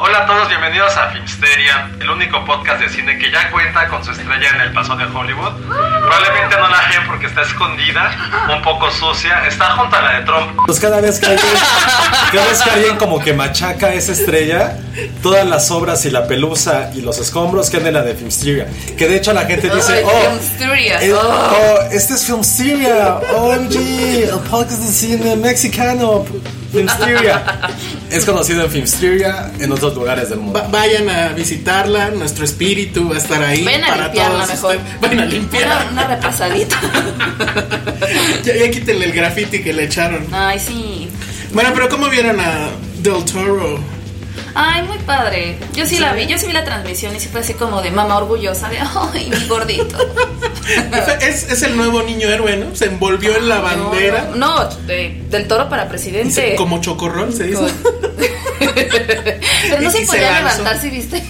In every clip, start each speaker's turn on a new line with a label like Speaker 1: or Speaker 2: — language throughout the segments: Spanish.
Speaker 1: Hola a todos, bienvenidos a Filmsteria, el único podcast de cine que ya cuenta con su estrella en el paso de Hollywood. Probablemente no la vean porque está escondida, un poco sucia, está junto a la de Trump.
Speaker 2: Pues cada vez que alguien, cada vez que alguien como que machaca a esa estrella, todas las obras y la pelusa y los escombros quedan en la de Filmsteria. Que de hecho la gente dice,
Speaker 3: Ay, Filmsteria,
Speaker 2: oh, es-
Speaker 3: oh".
Speaker 2: oh, este es Filmsteria, OMG, el podcast de cine mexicano, Filmsteria. Es conocido en Filmsteria, en otros lugares del mundo.
Speaker 4: Va- Vayan a visitarla, nuestro espíritu va a estar ahí.
Speaker 3: Vayan a
Speaker 4: para
Speaker 3: limpiarla
Speaker 4: todos
Speaker 3: mejor.
Speaker 4: ustedes. Vayan a
Speaker 3: Una,
Speaker 4: limpiar.
Speaker 3: una repasadita.
Speaker 4: ya, ya quítenle el graffiti que le echaron.
Speaker 3: Ay, sí.
Speaker 4: Bueno, pero ¿cómo vieron a Del Toro?
Speaker 3: Ay, muy padre. Yo sí, la vi, yo sí vi la transmisión y sí fue así como de mamá orgullosa de, ay, mi gordito.
Speaker 4: Es, es el nuevo niño héroe, ¿no? Se envolvió en la bandera.
Speaker 3: Ah, No, no, no, de- del toro para presidente.
Speaker 4: Como chocorrol se dice.
Speaker 3: Pero no
Speaker 4: y
Speaker 3: se
Speaker 4: sí se
Speaker 3: podía
Speaker 4: lanzó.
Speaker 3: levantar si viste.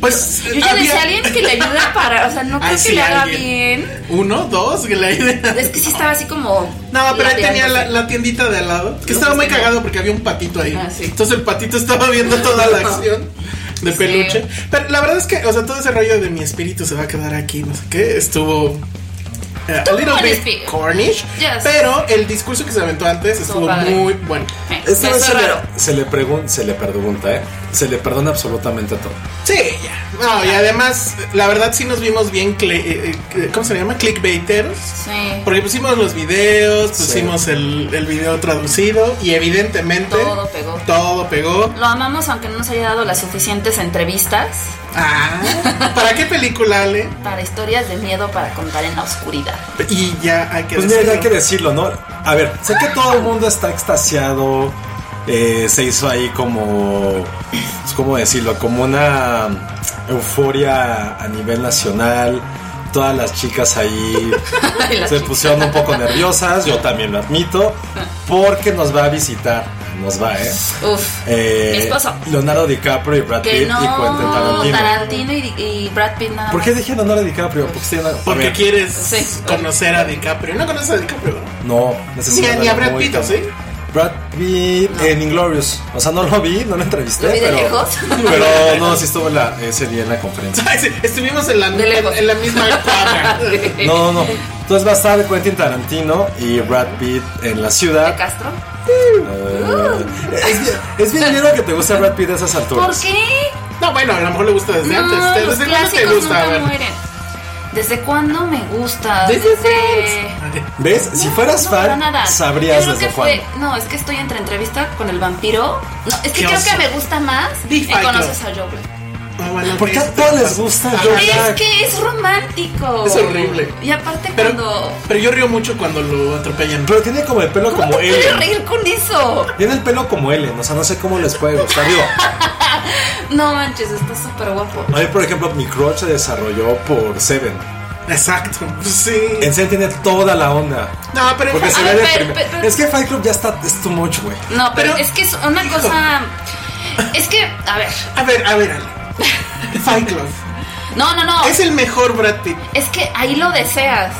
Speaker 4: Pues
Speaker 3: Yo ya
Speaker 4: había-
Speaker 3: decía a alguien que le ayude para, o sea, no creo
Speaker 4: Ay,
Speaker 3: que
Speaker 4: sí,
Speaker 3: le haga
Speaker 4: alguien.
Speaker 3: bien.
Speaker 4: Uno, dos, que le
Speaker 3: Es que sí estaba así como.
Speaker 4: No, pero ahí tenía la,
Speaker 3: ladeándose.
Speaker 4: la tiendita de al lado. Que
Speaker 3: Lo
Speaker 4: estaba muy
Speaker 3: sostenía.
Speaker 4: cagado porque había un patito ahí.
Speaker 3: pues Ah, sí.
Speaker 4: Entonces el patito estaba viendo toda la acción de
Speaker 3: Sí.
Speaker 4: peluche. Pero la verdad es que, o sea, todo ese rollo de mi espíritu se va a quedar aquí, no sé qué. Estuvo. eh, a
Speaker 3: Tuvo
Speaker 4: little
Speaker 3: buen
Speaker 4: bit
Speaker 3: espíritu.
Speaker 4: cornish.
Speaker 3: Yes.
Speaker 4: Pero el discurso que se aventó antes estuvo
Speaker 3: padre.
Speaker 4: muy bueno.
Speaker 3: Eh,
Speaker 2: Esta
Speaker 3: me
Speaker 2: vez se
Speaker 3: fue
Speaker 2: le,
Speaker 3: raro.
Speaker 2: se le pregun- se le pregunta, ¿eh? Se le perdona absolutamente todo.
Speaker 4: Sí, ya. No, y además, la verdad sí nos vimos bien. cle- eh, eh, ¿Cómo se llama? Clickbaiteros.
Speaker 3: Sí.
Speaker 4: Porque pusimos los videos,
Speaker 2: Sí.
Speaker 4: pusimos el, el video traducido y evidentemente
Speaker 3: Todo pegó.
Speaker 4: Todo pegó.
Speaker 3: Lo amamos aunque no nos haya dado las suficientes entrevistas.
Speaker 4: Ah, ¿para qué película, Ale?
Speaker 3: para historias de miedo para contar en la oscuridad.
Speaker 4: Y ya hay que
Speaker 2: Pues mira, ya hay que
Speaker 4: decirlo.
Speaker 2: decirlo, ¿no? A ver, sé que todo el mundo está extasiado. eh, se hizo ahí como. pues, ¿Cómo decirlo? Como una euforia a nivel nacional. Todas las chicas ahí
Speaker 3: Y las
Speaker 2: se
Speaker 3: chicas.
Speaker 2: pusieron un poco nerviosas, yo también lo admito, porque nos va a visitar. Nos va, ¿eh?
Speaker 3: Uf.
Speaker 2: Eh,
Speaker 3: Mi esposo.
Speaker 2: Leonardo DiCaprio y Brad
Speaker 3: Que
Speaker 2: Pitt
Speaker 3: no.
Speaker 2: y Quentin Tarantino.
Speaker 3: Tarantino y, y Brad Pitt nada
Speaker 2: ¿Por
Speaker 3: más.
Speaker 2: qué dije Leonardo DiCaprio? Porque, tiene una- a
Speaker 4: Porque
Speaker 2: ver,
Speaker 4: quieres
Speaker 3: Sí.
Speaker 4: conocer a DiCaprio. No conoces a DiCaprio, ¿no?
Speaker 2: No,
Speaker 4: Ni,
Speaker 2: necesito
Speaker 4: a- ni a Brad
Speaker 2: verlo muy
Speaker 4: Pitt, ¿o ¿sí?
Speaker 2: Brad Pitt en Inglorious. O sea, no lo vi, no lo entrevisté.
Speaker 3: ¿Lo vi de
Speaker 2: pero,
Speaker 3: lejos?
Speaker 2: pero no, sí estuvo en la- ese día en la conferencia.
Speaker 4: Ay, sí, Estuvimos en la,
Speaker 3: De lejos.
Speaker 4: en la misma cuadra.
Speaker 2: No, no, no. Entonces va a estar Quentin Tarantino y Brad Pitt en la
Speaker 3: ¿De
Speaker 2: ciudad.
Speaker 3: Castro? Uh,
Speaker 2: Eh, es, bien- es bien raro que te guste Brad Pitt a esas
Speaker 3: ¿Por
Speaker 2: alturas.
Speaker 3: qué?
Speaker 4: No, bueno, a lo mejor le gusta desde
Speaker 3: No,
Speaker 4: antes. ¿Desde
Speaker 3: los
Speaker 4: cuándo te
Speaker 3: clásicos
Speaker 4: gusta? A
Speaker 3: nunca
Speaker 4: ver.
Speaker 3: mueren. ¿Desde cuándo me gusta?
Speaker 4: Desde
Speaker 2: ¿Ves? Si fueras
Speaker 3: no, para
Speaker 2: fan,
Speaker 3: nada.
Speaker 2: sabrías
Speaker 3: Yo creo
Speaker 2: desde
Speaker 3: que fue-
Speaker 2: cuándo.
Speaker 3: No, es que estoy entre entrevista con el vampiro. No, es que
Speaker 4: Qué
Speaker 3: creo
Speaker 4: oso.
Speaker 3: que me gusta más.
Speaker 4: Di
Speaker 3: Y
Speaker 4: Fight Club.
Speaker 3: conoces a Joker.
Speaker 4: Ah, bueno,
Speaker 2: ¿Por qué a
Speaker 4: sí,
Speaker 2: todos
Speaker 4: sí,
Speaker 2: les
Speaker 4: sí.
Speaker 2: gusta
Speaker 4: Ah,
Speaker 2: Joker?
Speaker 3: Es
Speaker 2: Black.
Speaker 3: que es romántico.
Speaker 4: Es horrible.
Speaker 3: Y aparte
Speaker 4: Pero,
Speaker 3: cuando.
Speaker 4: pero yo río mucho cuando lo atropellan.
Speaker 2: Pero tiene como el pelo
Speaker 3: ¿Cómo
Speaker 2: como
Speaker 3: te puedes
Speaker 2: Ellen.
Speaker 3: reír con eso?
Speaker 2: Tiene el pelo como Ellen, o sea, no sé cómo les puede gustar. Digo,
Speaker 3: No manches, está súper guapo.
Speaker 2: a mí, por ejemplo, mi crush se desarrolló por Seven.
Speaker 4: Exacto. Sí.
Speaker 2: En Seven tiene toda la onda.
Speaker 4: No, pero
Speaker 2: Porque
Speaker 4: en
Speaker 2: se
Speaker 3: A
Speaker 2: ve
Speaker 3: ver,
Speaker 2: de
Speaker 3: pero-
Speaker 2: primer-
Speaker 3: pero-
Speaker 2: Es que Fight Club ya está, es too much, güey.
Speaker 3: No, pero,
Speaker 4: Pero-
Speaker 3: es que es una
Speaker 4: Hijo.
Speaker 3: cosa. Es que, a ver.
Speaker 4: A ver, a ver, Ale. Fight Club.
Speaker 3: No, no, no.
Speaker 4: Es
Speaker 3: Es,
Speaker 4: el mejor Brad Pitt.
Speaker 3: que ahí lo deseas.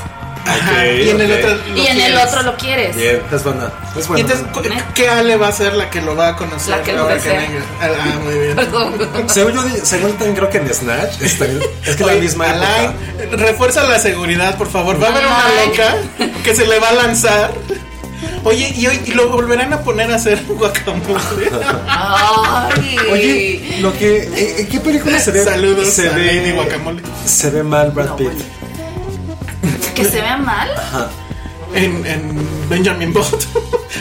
Speaker 4: Ajá,
Speaker 2: Ok,
Speaker 4: y en el
Speaker 2: ok.
Speaker 4: otro
Speaker 3: Y en el
Speaker 4: quieres.
Speaker 3: otro lo quieres.
Speaker 2: Bien, es buena. Es
Speaker 4: Y
Speaker 2: buena.
Speaker 4: entonces, ¿cu- ¿qué Ale va a ser la que lo va a conocer?
Speaker 3: La que lo
Speaker 4: ahora
Speaker 3: desea.
Speaker 4: venga? Ah, ah, muy bien.
Speaker 3: Perdón.
Speaker 2: según yo, según también creo que en Snatch está- es que es la
Speaker 4: Oye,
Speaker 2: misma
Speaker 4: Alain,
Speaker 2: época.
Speaker 4: refuerza la seguridad, por favor. Va a haber una
Speaker 3: Alain.
Speaker 4: loca que se le va a lanzar. Oye, y, hoy, y lo volverán a poner a hacer guacamole.
Speaker 3: Ay.
Speaker 2: Oye, lo que ¿en- en qué película se ve?
Speaker 4: Saludos
Speaker 2: se
Speaker 4: a Lady Guacamole.
Speaker 2: Se ve mal Brad Pitt.
Speaker 3: Que se vea mal.
Speaker 4: En, en Benjamin Bot.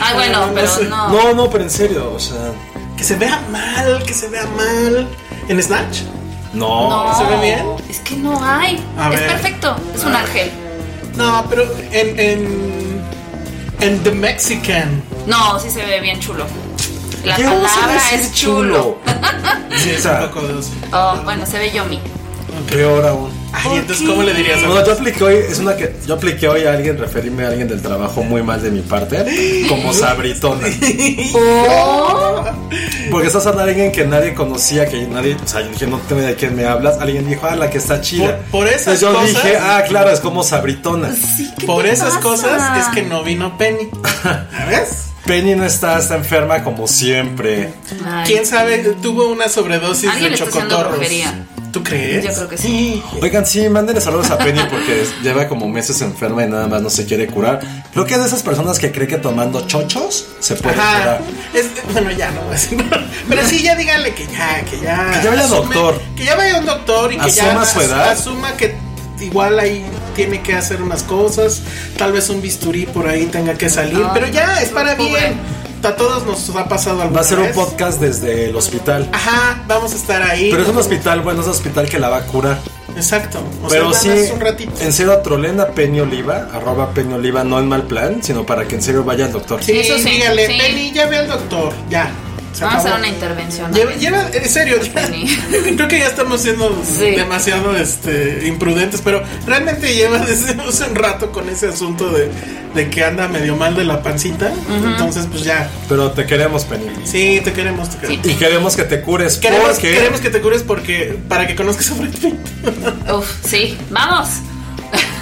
Speaker 3: Ay, Ah, bueno, pero
Speaker 4: sé.
Speaker 3: no.
Speaker 2: No, no, pero en serio, o sea,
Speaker 4: Que se vea mal, que se vea mal. En Snatch.
Speaker 2: no.
Speaker 3: No.
Speaker 4: ¿Se ve bien?
Speaker 3: Es que no hay.
Speaker 4: A
Speaker 3: es
Speaker 4: ver.
Speaker 3: perfecto. Es un ángel.
Speaker 4: No, pero en, en, en The Mexican.
Speaker 3: No, sí se ve bien chulo. La
Speaker 2: ¿Qué vamos a
Speaker 3: palabra
Speaker 2: decir
Speaker 3: es chulo.
Speaker 4: Sí, es
Speaker 2: O sea,
Speaker 4: un poco de eso.
Speaker 3: Oh, bueno, se ve yomi.
Speaker 2: Peor aún.
Speaker 4: Ay, entonces, ¿cómo le dirías a
Speaker 2: No, yo apliqué hoy, es una que yo apliqué hoy a alguien referirme a alguien del trabajo muy mal de mi parte, como sabritona. Porque estás hablando de alguien que nadie conocía, que nadie, o sea, yo dije, no tengo idea de quién me hablas. Alguien dijo, ah, la que está chida.
Speaker 4: Por- por
Speaker 2: Entonces
Speaker 4: esas
Speaker 2: yo
Speaker 4: cosas-
Speaker 2: dije, ah, claro, es como sabritona.
Speaker 4: Por esas
Speaker 3: pasa?
Speaker 4: cosas es que no vino Penny. ¿Sabes?
Speaker 2: Penny no está, está enferma como siempre.
Speaker 3: Ay.
Speaker 4: ¿Quién sabe? Tuvo una sobredosis
Speaker 3: Alguien
Speaker 4: de
Speaker 3: le está haciendo
Speaker 4: chocotorros.
Speaker 3: brujería.
Speaker 4: ¿Tú crees?
Speaker 3: Yo creo que sí.
Speaker 2: Oigan, sí, mándenle saludos a Penny porque es- lleva como meses enferma y nada más no se quiere curar. Creo que es de esas personas que cree que tomando chochos se puede
Speaker 4: Ajá.
Speaker 2: curar.
Speaker 4: Es- bueno, ya no. es- Pero sí, ya díganle que ya, que ya.
Speaker 2: Que ya vaya al doctor.
Speaker 4: Que ya vaya un doctor y que ya
Speaker 2: Asuma su
Speaker 4: as-
Speaker 2: edad.
Speaker 4: asuma que igual ahí tiene que hacer unas cosas. Tal vez un bisturí por ahí tenga que salir.
Speaker 3: Ay,
Speaker 4: pero ya es para
Speaker 3: pobre.
Speaker 4: bien. A todos nos ha pasado alguna
Speaker 2: Va a ser un
Speaker 4: vez.
Speaker 2: podcast desde el hospital.
Speaker 4: Ah, Ajá, vamos a estar ahí.
Speaker 2: Pero es un hospital, bueno, es un hospital que la va a curar.
Speaker 4: Exacto. O
Speaker 2: Pero
Speaker 4: sea,
Speaker 2: sí,
Speaker 4: nada más Pues un ratito.
Speaker 2: en serio, trolen a Penny Oliva, arroba Penny Oliva, no en mal plan, sino para que en serio vaya al doctor.
Speaker 4: Sí,
Speaker 3: Eso sí,
Speaker 4: dígale,
Speaker 3: sí.
Speaker 4: Penny, ya ve al doctor, ya. se
Speaker 3: Vamos a hacer
Speaker 4: acabó".
Speaker 3: una intervención.
Speaker 4: Lleva, lleva- en serio, ya-
Speaker 3: Penny.
Speaker 4: creo que ya estamos siendo
Speaker 3: Sí.
Speaker 4: demasiado este, imprudentes, pero realmente lleva desde hace un rato con ese asunto de, de que anda medio mal de la pancita. Entonces, pues ya,
Speaker 2: Pero te queremos, Penny.
Speaker 4: sí, te queremos, te queremos.
Speaker 2: Y queremos que te cures.
Speaker 4: Queremos,
Speaker 2: porque
Speaker 4: queremos que te cures porque para que conozcas a Brad Pitt.
Speaker 3: Uf, sí. Vamos.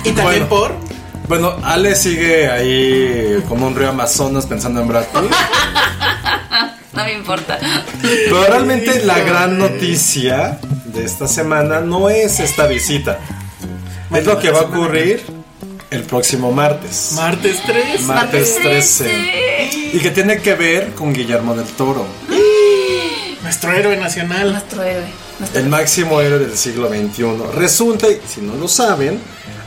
Speaker 4: Y
Speaker 2: Bueno.
Speaker 4: también por
Speaker 2: Bueno, Ale sigue ahí como un río Amazonas pensando en Brad Pitt.
Speaker 3: No me importa.
Speaker 2: Pero realmente la gran noticia de esta semana no es esta visita. Es lo que va a ocurrir el próximo martes.
Speaker 4: martes 3.
Speaker 2: Martes 13.
Speaker 4: eh.
Speaker 3: Sí.
Speaker 2: Y que tiene que ver con Guillermo del Toro,
Speaker 4: nuestro héroe nacional.
Speaker 3: Nuestro héroe. Nuestro-
Speaker 2: el máximo héroe del siglo XXI. Resulta, y si no lo saben,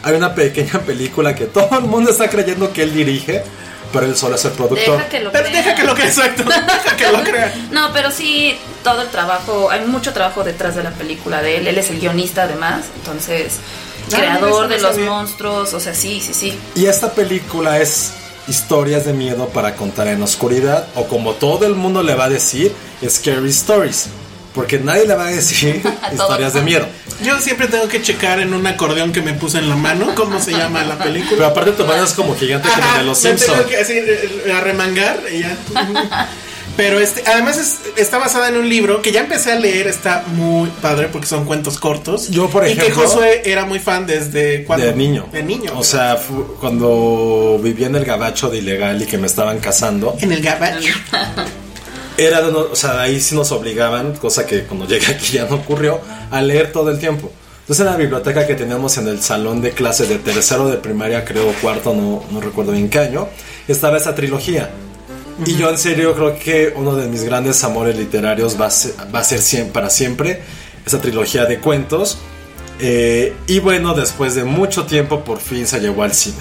Speaker 2: hay una pequeña película que todo el mundo está creyendo que él dirige, pero él solo es el productor.
Speaker 3: Deja que lo
Speaker 4: Pero
Speaker 3: crea.
Speaker 4: deja que lo crea, exacto. Deja que lo crea.
Speaker 3: No, pero sí, todo el trabajo, hay mucho trabajo detrás de la película de él. Él es el guionista además, entonces,
Speaker 4: Ah, eso
Speaker 3: creador
Speaker 4: no
Speaker 3: de los
Speaker 4: sabía.
Speaker 3: monstruos, o sea, sí, sí, sí.
Speaker 2: Y esta película es historias de miedo para contar en oscuridad, o como todo el mundo le va a decir, Scary Stories. Porque nadie le va a decir historias de miedo.
Speaker 4: Yo siempre tengo que checar en un acordeón que me puse en la mano cómo se llama la
Speaker 2: Pero
Speaker 4: película.
Speaker 2: aparte tu mano es como gigante como
Speaker 4: Ajá,
Speaker 2: de los
Speaker 4: me
Speaker 2: Simpsons.
Speaker 4: tengo que así, eh, arremangar y ya. Pero este, además es- está basada en un libro que ya empecé a leer, está muy padre porque son cuentos cortos.
Speaker 2: Yo, por
Speaker 4: Y que
Speaker 2: ejemplo,
Speaker 4: Josué era muy fan desde cuando.
Speaker 2: De niño.
Speaker 4: De niño.
Speaker 2: O sea, fu- cuando vivía en el gabacho de ilegal y que me estaban casando,
Speaker 4: en el gabacho.
Speaker 2: era, de uno- o sea, ahí sí nos obligaban, cosa que cuando llegué aquí ya no ocurrió, a leer todo el tiempo. Entonces en la biblioteca que teníamos en el salón de clase de tercero de primaria, creo cuarto, no, no recuerdo bien qué año, estaba esa trilogía. Y yo en serio creo que uno de mis grandes amores literarios va a ser, va a ser siem- para siempre esa trilogía de cuentos. Eh, y bueno, después de mucho tiempo por fin se llegó al cine.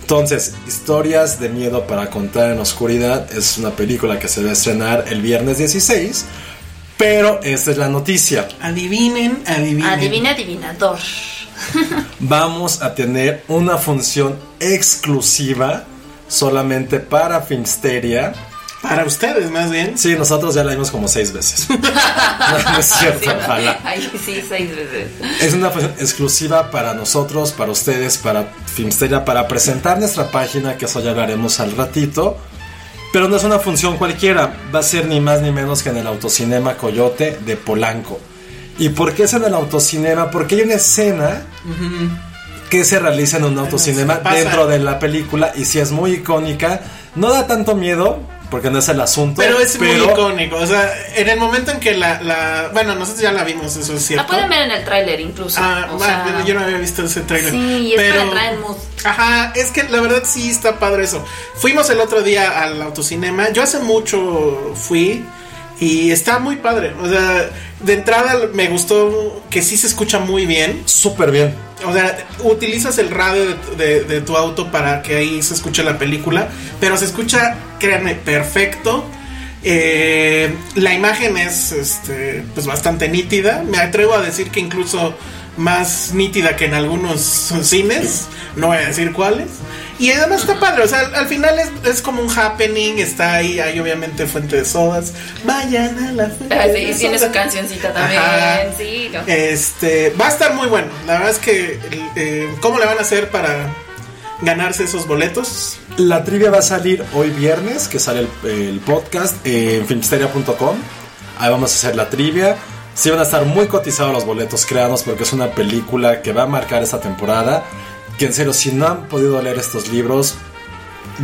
Speaker 2: Entonces, Historias de Miedo para Contar en Oscuridad es una película que se va a estrenar el viernes 16, pero esta es la noticia.
Speaker 4: Adivinen, adivinen.
Speaker 3: Adivina, adivinador.
Speaker 2: Vamos a tener una función exclusiva solamente para Finsteria.
Speaker 4: Para ustedes, más bien.
Speaker 2: Sí, nosotros ya la vimos como seis veces. no, no es cierto, ojalá.
Speaker 3: Ay, sí, seis veces.
Speaker 2: Es una función exclusiva para nosotros, para ustedes, para Filmsteria, para presentar nuestra página, que eso ya hablaremos al ratito. Pero no es una función cualquiera, va a ser ni más ni menos que en el Autocinema Coyote de Polanco. ¿Y por qué es en el Autocinema? Porque hay una escena que se realiza en un autocinema
Speaker 4: pasa.
Speaker 2: dentro de la película y si es muy icónica, no da tanto miedo porque no es el asunto.
Speaker 4: Pero es muy icónico. O sea, en el momento en que la, la- Bueno, nosotros ya la vimos, eso es
Speaker 3: La
Speaker 4: cierto.
Speaker 3: Ah, pueden ver en el tráiler incluso.
Speaker 4: Ah,
Speaker 3: o
Speaker 4: va,
Speaker 3: sea,
Speaker 4: yo no había visto ese trailer.
Speaker 3: Sí, y es para traer mood.
Speaker 4: Ajá, es que la verdad sí está padre eso. Fuimos el otro día al autocinema. Yo hace mucho fui y está muy padre. O sea, de entrada me gustó que sí se escucha muy bien.
Speaker 2: Súper bien.
Speaker 4: O sea, utilizas el radio de, de- de tu auto para que ahí se escuche la película, pero se escucha, créanme, perfecto. Eh, la imagen es este, pues bastante nítida. Me atrevo a decir que incluso más nítida que en algunos cines. No voy a decir cuáles. Y además está padre. O sea, al, al final es, es como un happening. Está ahí, hay obviamente fuente de sodas. Vayan a la fuente
Speaker 3: Ah, sí,
Speaker 4: de
Speaker 3: tiene su
Speaker 4: sodas.
Speaker 3: cancioncita también.
Speaker 4: Ajá.
Speaker 3: Sí, no.
Speaker 4: Este, va a estar muy bueno. La verdad es que, eh, ¿cómo le van a hacer para ganarse esos boletos?
Speaker 2: La trivia va a salir hoy viernes, que sale el, el podcast en filmsteria.com. Ahí vamos a hacer la trivia. Sí van a estar muy cotizados los boletos, créanos, porque es una película que va a marcar esta temporada. Que en serio, si no han podido leer estos libros,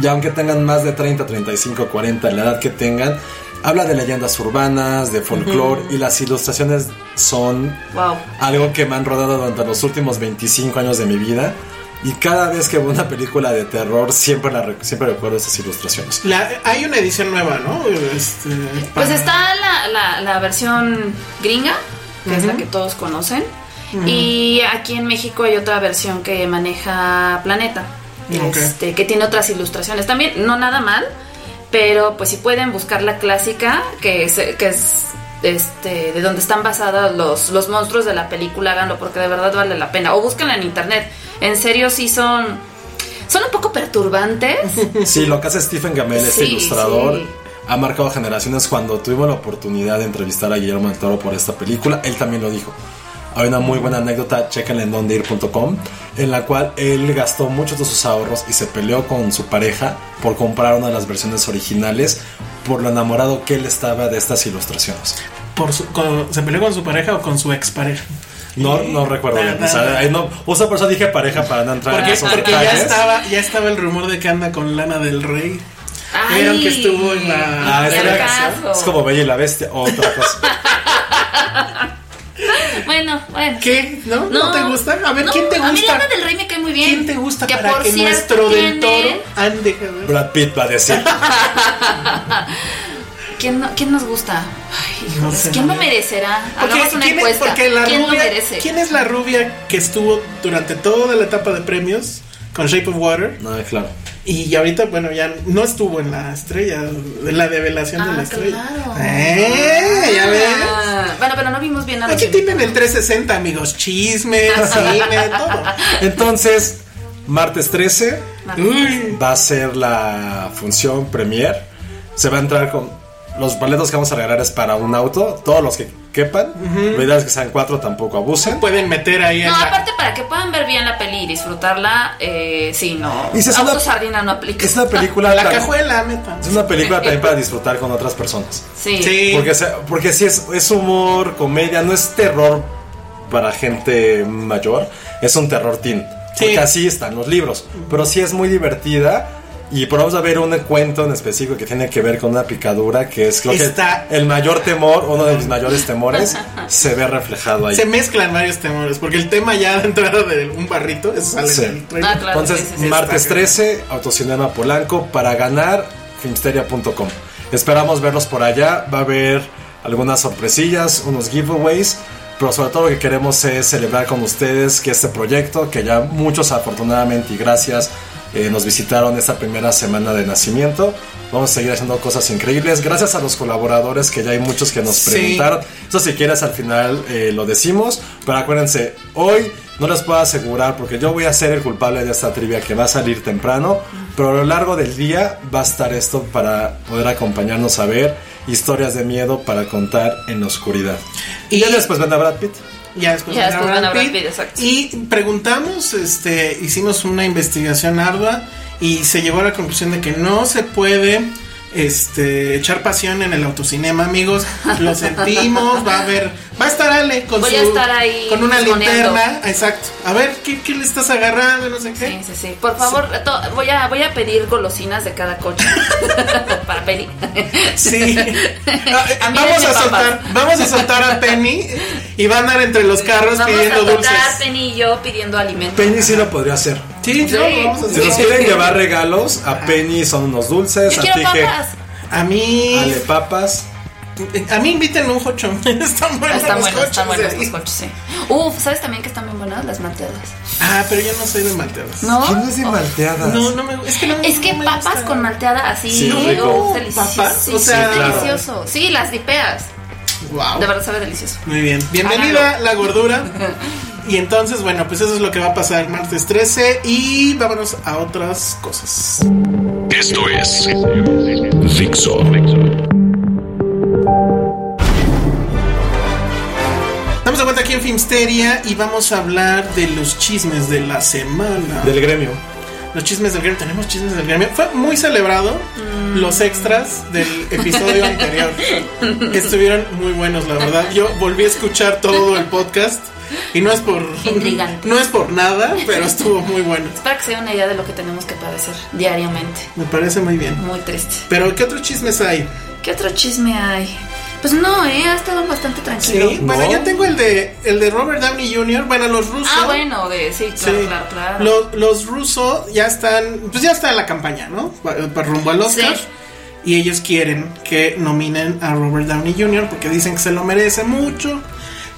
Speaker 2: y aunque tengan más de 30, 35, 40, la edad que tengan, habla de leyendas urbanas, de folclore, y las ilustraciones son
Speaker 3: Wow.
Speaker 2: algo que me han rodado durante los últimos 25 años de mi vida. Y cada vez que veo una película de terror, siempre, la, rec- siempre recuerdo esas ilustraciones.
Speaker 4: La- hay una edición nueva, ¿no? Este,
Speaker 3: Pues
Speaker 4: para-
Speaker 3: está la, la- la versión gringa, que es la que todos conocen. Y aquí en México hay otra versión que maneja Planeta,
Speaker 4: Ok.
Speaker 3: este, que tiene otras ilustraciones. También, no nada mal, pero pues si pueden buscar la clásica, que es, que es este, de donde están basados los, los monstruos de la película, háganlo porque de verdad vale la pena. O búsquenla en internet. En serio, sí son, son un poco perturbantes.
Speaker 2: Sí, lo que hace Stephen Gamel, este
Speaker 3: Sí,
Speaker 2: ilustrador,
Speaker 3: sí.
Speaker 2: ha marcado generaciones. Cuando tuvimos la oportunidad de entrevistar a Guillermo del Toro por esta película, él también lo dijo. Hay una muy buena anécdota, chequenla en dondeir.com, en la cual él gastó muchos de sus ahorros y se peleó con su pareja por comprar una de las versiones originales por lo enamorado que él estaba de estas ilustraciones.
Speaker 4: por su- con- ¿Se peleó con su pareja o con su expareja?
Speaker 2: No, no recuerdo bien.
Speaker 4: Nada.
Speaker 2: O sea, ahí no, o sea, por eso dije pareja para no entrar
Speaker 4: Porque,
Speaker 2: en esos
Speaker 4: porque ya,
Speaker 2: detalles.
Speaker 4: estaba, ya estaba el rumor de que anda con Lana del Rey.
Speaker 3: Ay.
Speaker 4: Vieron que estuvo en la-
Speaker 2: Ah, es,
Speaker 3: Ni al
Speaker 2: la-
Speaker 3: caso.
Speaker 2: es como Bella y la Bestia, otra cosa.
Speaker 3: Bueno, bueno.
Speaker 4: ¿Qué? ¿No? ¿No, te gusta? A ver,
Speaker 3: No,
Speaker 4: ¿quién te gusta?
Speaker 3: A mí Lana del Rey me cae muy bien.
Speaker 4: ¿Quién te gusta para
Speaker 3: por
Speaker 4: que
Speaker 3: cierto
Speaker 4: nuestro
Speaker 3: tiene-
Speaker 4: del toro ande? a ver?
Speaker 2: Brad Pitt va a decir.
Speaker 3: ¿Quién, no- quién nos gusta? Ay, híjoles,
Speaker 4: sé,
Speaker 3: ¿Quién me
Speaker 4: no.
Speaker 3: merecerá?
Speaker 4: Porque-
Speaker 3: Hagamos una
Speaker 4: ¿quién es-
Speaker 3: encuesta.
Speaker 4: porque la
Speaker 3: ¿Quién
Speaker 4: rubia,
Speaker 3: lo merece?
Speaker 4: ¿Quién es la rubia que estuvo durante toda la etapa de premios con Shape of Water?
Speaker 2: No, claro.
Speaker 4: Y ahorita, bueno, ya no estuvo en la estrella, en la develación de la
Speaker 3: Ah,
Speaker 4: estrella.
Speaker 3: claro.
Speaker 4: ¡Eh! Ya ves.
Speaker 3: Ah, bueno, pero no vimos bien a
Speaker 4: Aquí
Speaker 3: los-
Speaker 4: tienen el 360, amigos. Chismes, cine, todo.
Speaker 2: Entonces, martes 13
Speaker 3: Martes
Speaker 4: Uy.
Speaker 2: va a ser la función premier. Se va a entrar con los boletos que vamos a regalar es para un auto, todos los que quepan. La idea es que sean cuatro, tampoco abusen.
Speaker 4: Pueden meter ahí en
Speaker 3: No,
Speaker 4: la-
Speaker 3: aparte para que puedan ver bien la peli y disfrutarla, eh, sí, no.
Speaker 2: Y si es
Speaker 3: Auto
Speaker 2: una-
Speaker 3: sardina no aplica.
Speaker 2: Es una película
Speaker 4: la
Speaker 2: tan-
Speaker 4: cajuela, metan.
Speaker 2: Es una película también para disfrutar con otras personas.
Speaker 3: Sí.
Speaker 4: Sí.
Speaker 2: Porque, se- porque sí es, es humor, comedia, no es terror para gente mayor, es un terror teen.
Speaker 4: Sí.
Speaker 2: Porque así están los libros. Pero sí es muy divertida. Y pero vamos a ver un cuento en específico que tiene que ver con una picadura que es creo
Speaker 4: Está-
Speaker 2: que el mayor temor, uno de mis mayores temores, se ve reflejado ahí.
Speaker 4: Se mezclan varios temores, porque el tema ya de entrada de un barrito, eso sale
Speaker 2: Sí.
Speaker 4: en el trailer.
Speaker 3: Ah, claro.
Speaker 2: Entonces,
Speaker 3: sí, sí, sí.
Speaker 2: martes
Speaker 4: Está
Speaker 2: 13, Autocinema Polanco, para ganar, filmsteria.com. Esperamos verlos por allá, va a haber algunas sorpresillas, unos giveaways, pero sobre todo lo que queremos es celebrar con ustedes que este proyecto, que ya muchos afortunadamente y gracias eh, nos visitaron esta primera semana de nacimiento, vamos a seguir haciendo cosas increíbles, gracias a los colaboradores que ya hay muchos que nos
Speaker 4: Sí.
Speaker 2: preguntaron. Eso si quieres al final eh, lo decimos, pero acuérdense, hoy no les puedo asegurar porque yo voy a ser el culpable de esta trivia que va a salir temprano, pero a lo largo del día va a estar esto para poder acompañarnos a ver historias de miedo para contar en la oscuridad. Y,
Speaker 4: Y-
Speaker 2: ya después vendrá Brad Pitt.
Speaker 4: Ya después,
Speaker 3: Ya
Speaker 4: van a
Speaker 3: después van a
Speaker 4: Brad
Speaker 3: Brad
Speaker 4: Pitt.
Speaker 3: Pitt, exacto.
Speaker 4: Y preguntamos, este, hicimos una investigación ardua y se llegó a la conclusión de que no se puede este, echar pasión en el autocinema, amigos. Lo sentimos, va a haber Va a estar Ale con
Speaker 3: Voy
Speaker 4: su-
Speaker 3: a estar ahí
Speaker 4: con una
Speaker 3: fisgoneando.
Speaker 4: linterna. Exacto. A ver, ¿qué, qué le estás agarrando? No sé qué.
Speaker 3: Sí, sí, sí. Por favor, to- voy, a, voy a pedir golosinas de cada coche. para pedir.
Speaker 4: Sí. Ah, eh,
Speaker 3: A mí
Speaker 4: vamos
Speaker 3: denme
Speaker 4: a
Speaker 3: papas.
Speaker 4: soltar, vamos a soltar a Penny y va a andar entre los carros
Speaker 3: Vamos a
Speaker 4: pidiendo
Speaker 3: tocar
Speaker 4: dulces.
Speaker 3: Penny y yo pidiendo alimentos.
Speaker 2: Penny sí lo podría hacer.
Speaker 4: Sí, no,
Speaker 3: Sí. Ah.
Speaker 4: vamos a
Speaker 2: Si nos
Speaker 4: hacer.
Speaker 2: quieren llevar regalos, a Penny son unos dulces,
Speaker 3: Yo
Speaker 2: a
Speaker 3: quiero
Speaker 2: ti que
Speaker 3: papas.
Speaker 4: A mí,
Speaker 2: Ale papas.
Speaker 4: a mí inviten un hocho. Están buenos
Speaker 3: Están
Speaker 4: los
Speaker 3: buenos, están
Speaker 4: hochos
Speaker 3: buenos
Speaker 4: de
Speaker 3: los
Speaker 4: ahí.
Speaker 3: coches, sí. Uf, ¿sabes también que están bien buenas las malteadas?
Speaker 4: Ah, pero yo no soy de malteadas.
Speaker 3: ¿No?
Speaker 2: ¿Quién es de
Speaker 3: Oh.
Speaker 2: malteadas?
Speaker 4: No, no me Es que, no,
Speaker 3: Es que
Speaker 4: no me
Speaker 3: papas
Speaker 4: gusta.
Speaker 3: con malteada así,
Speaker 2: Sí,
Speaker 3: uf,
Speaker 2: rico.
Speaker 3: delicioso.
Speaker 4: Papas,
Speaker 3: Sí,
Speaker 4: o sea,
Speaker 3: sí,
Speaker 2: claro.
Speaker 3: delicioso. Sí, las dipeas.
Speaker 4: Wow.
Speaker 3: De verdad Ah, sabe delicioso.
Speaker 4: Muy bien. Bienvenida la gordura. Y entonces, bueno, pues eso es lo que va a pasar martes 13 y vámonos a otras cosas.
Speaker 5: Esto es Dixo.
Speaker 4: Estamos de vuelta aquí en Filmsteria y vamos a hablar de los chismes de la semana.
Speaker 2: Del gremio.
Speaker 4: Los chismes del gremio, tenemos chismes del gremio. Fue muy celebrado
Speaker 3: Mm.
Speaker 4: los extras del episodio anterior. Estuvieron muy buenos, la verdad. Yo volví a escuchar todo el podcast y no es por
Speaker 3: Intrigante.
Speaker 4: no es por nada, pero estuvo muy bueno.
Speaker 3: Es para que se den una idea de lo que tenemos que padecer diariamente.
Speaker 4: Me parece muy bien.
Speaker 3: Muy triste.
Speaker 4: Pero ¿qué otros chismes hay?
Speaker 3: ¿Qué otro chisme hay? Pues no, eh, ha estado bastante tranquilo.
Speaker 4: Sí, bueno,
Speaker 2: No.
Speaker 4: yo tengo el de el de Robert Downey Jr., bueno, los rusos.
Speaker 3: Ah, bueno, de sí,
Speaker 4: Sí.
Speaker 3: claro, claro, claro.
Speaker 4: Los, los rusos ya están, pues ya está la campaña, ¿no? Para rumbo al Oscar.
Speaker 3: Sí.
Speaker 4: Y ellos quieren que nominen a Robert Downey Jr. porque dicen que se lo merece mucho,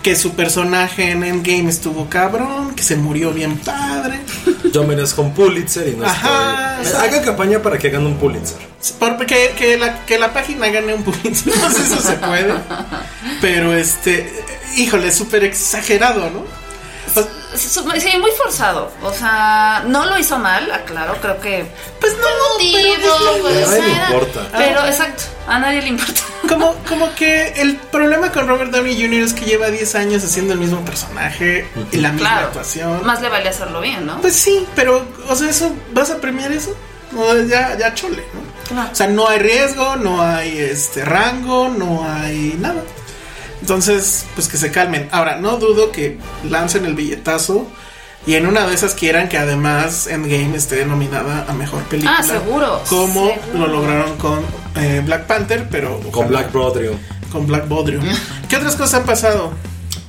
Speaker 4: que su personaje en Endgame estuvo cabrón, que se murió bien padre.
Speaker 2: Yo merezco un Pulitzer y no
Speaker 4: Ajá,
Speaker 2: estoy. Haga campaña para que gane un Pulitzer.
Speaker 4: Porque que la, que la página gane un poquito, no sé si eso se puede. Pero este, híjole, súper exagerado, ¿no? O-
Speaker 3: Sí, muy forzado. O sea, no lo hizo mal, aclaro, creo que.
Speaker 4: Pues no,
Speaker 3: Digo, pues,
Speaker 2: nadie le
Speaker 3: era-
Speaker 2: importa.
Speaker 4: Ah.
Speaker 3: Pero exacto, a nadie le importa.
Speaker 4: Como, como que el problema con Robert Downey Jr. es que lleva 10 años haciendo el mismo personaje y la misma
Speaker 3: Claro.
Speaker 4: actuación.
Speaker 3: Más le vale hacerlo bien, ¿no?
Speaker 4: Pues sí, pero, o sea, eso, ¿vas a premiar eso? O ya, ya chole, ¿no?
Speaker 3: Claro.
Speaker 4: O sea, no hay riesgo, no hay este rango, no hay nada. Entonces, pues que se calmen. Ahora, no dudo que lancen el billetazo y en una de esas quieran que además Endgame esté nominada a mejor película.
Speaker 3: Ah, seguro,
Speaker 4: Como
Speaker 3: seguro.
Speaker 4: lo lograron con eh, Black Panther, pero
Speaker 2: Con
Speaker 4: ojalá-
Speaker 2: Black Brodrio.
Speaker 4: con Black Bodrio. ¿Qué otras cosas han pasado?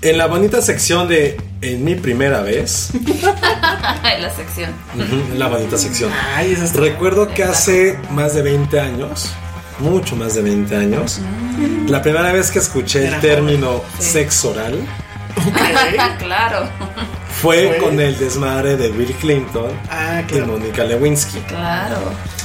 Speaker 2: En la bonita sección de En mi primera vez.
Speaker 3: En la sección.
Speaker 2: Ujú, en la bonita sección.
Speaker 4: Ay, esas
Speaker 2: Recuerdo que hace más de 20 años, mucho más de 20 años, la primera vez que escuché
Speaker 4: Mm. Era
Speaker 2: el término
Speaker 3: Sí.
Speaker 2: sexo oral
Speaker 3: Ah, claro,
Speaker 2: fue
Speaker 4: Fue-
Speaker 2: con el desmadre de Bill Clinton
Speaker 4: Ah,
Speaker 2: y
Speaker 4: claro.
Speaker 2: Mónica Lewinsky.
Speaker 3: claro.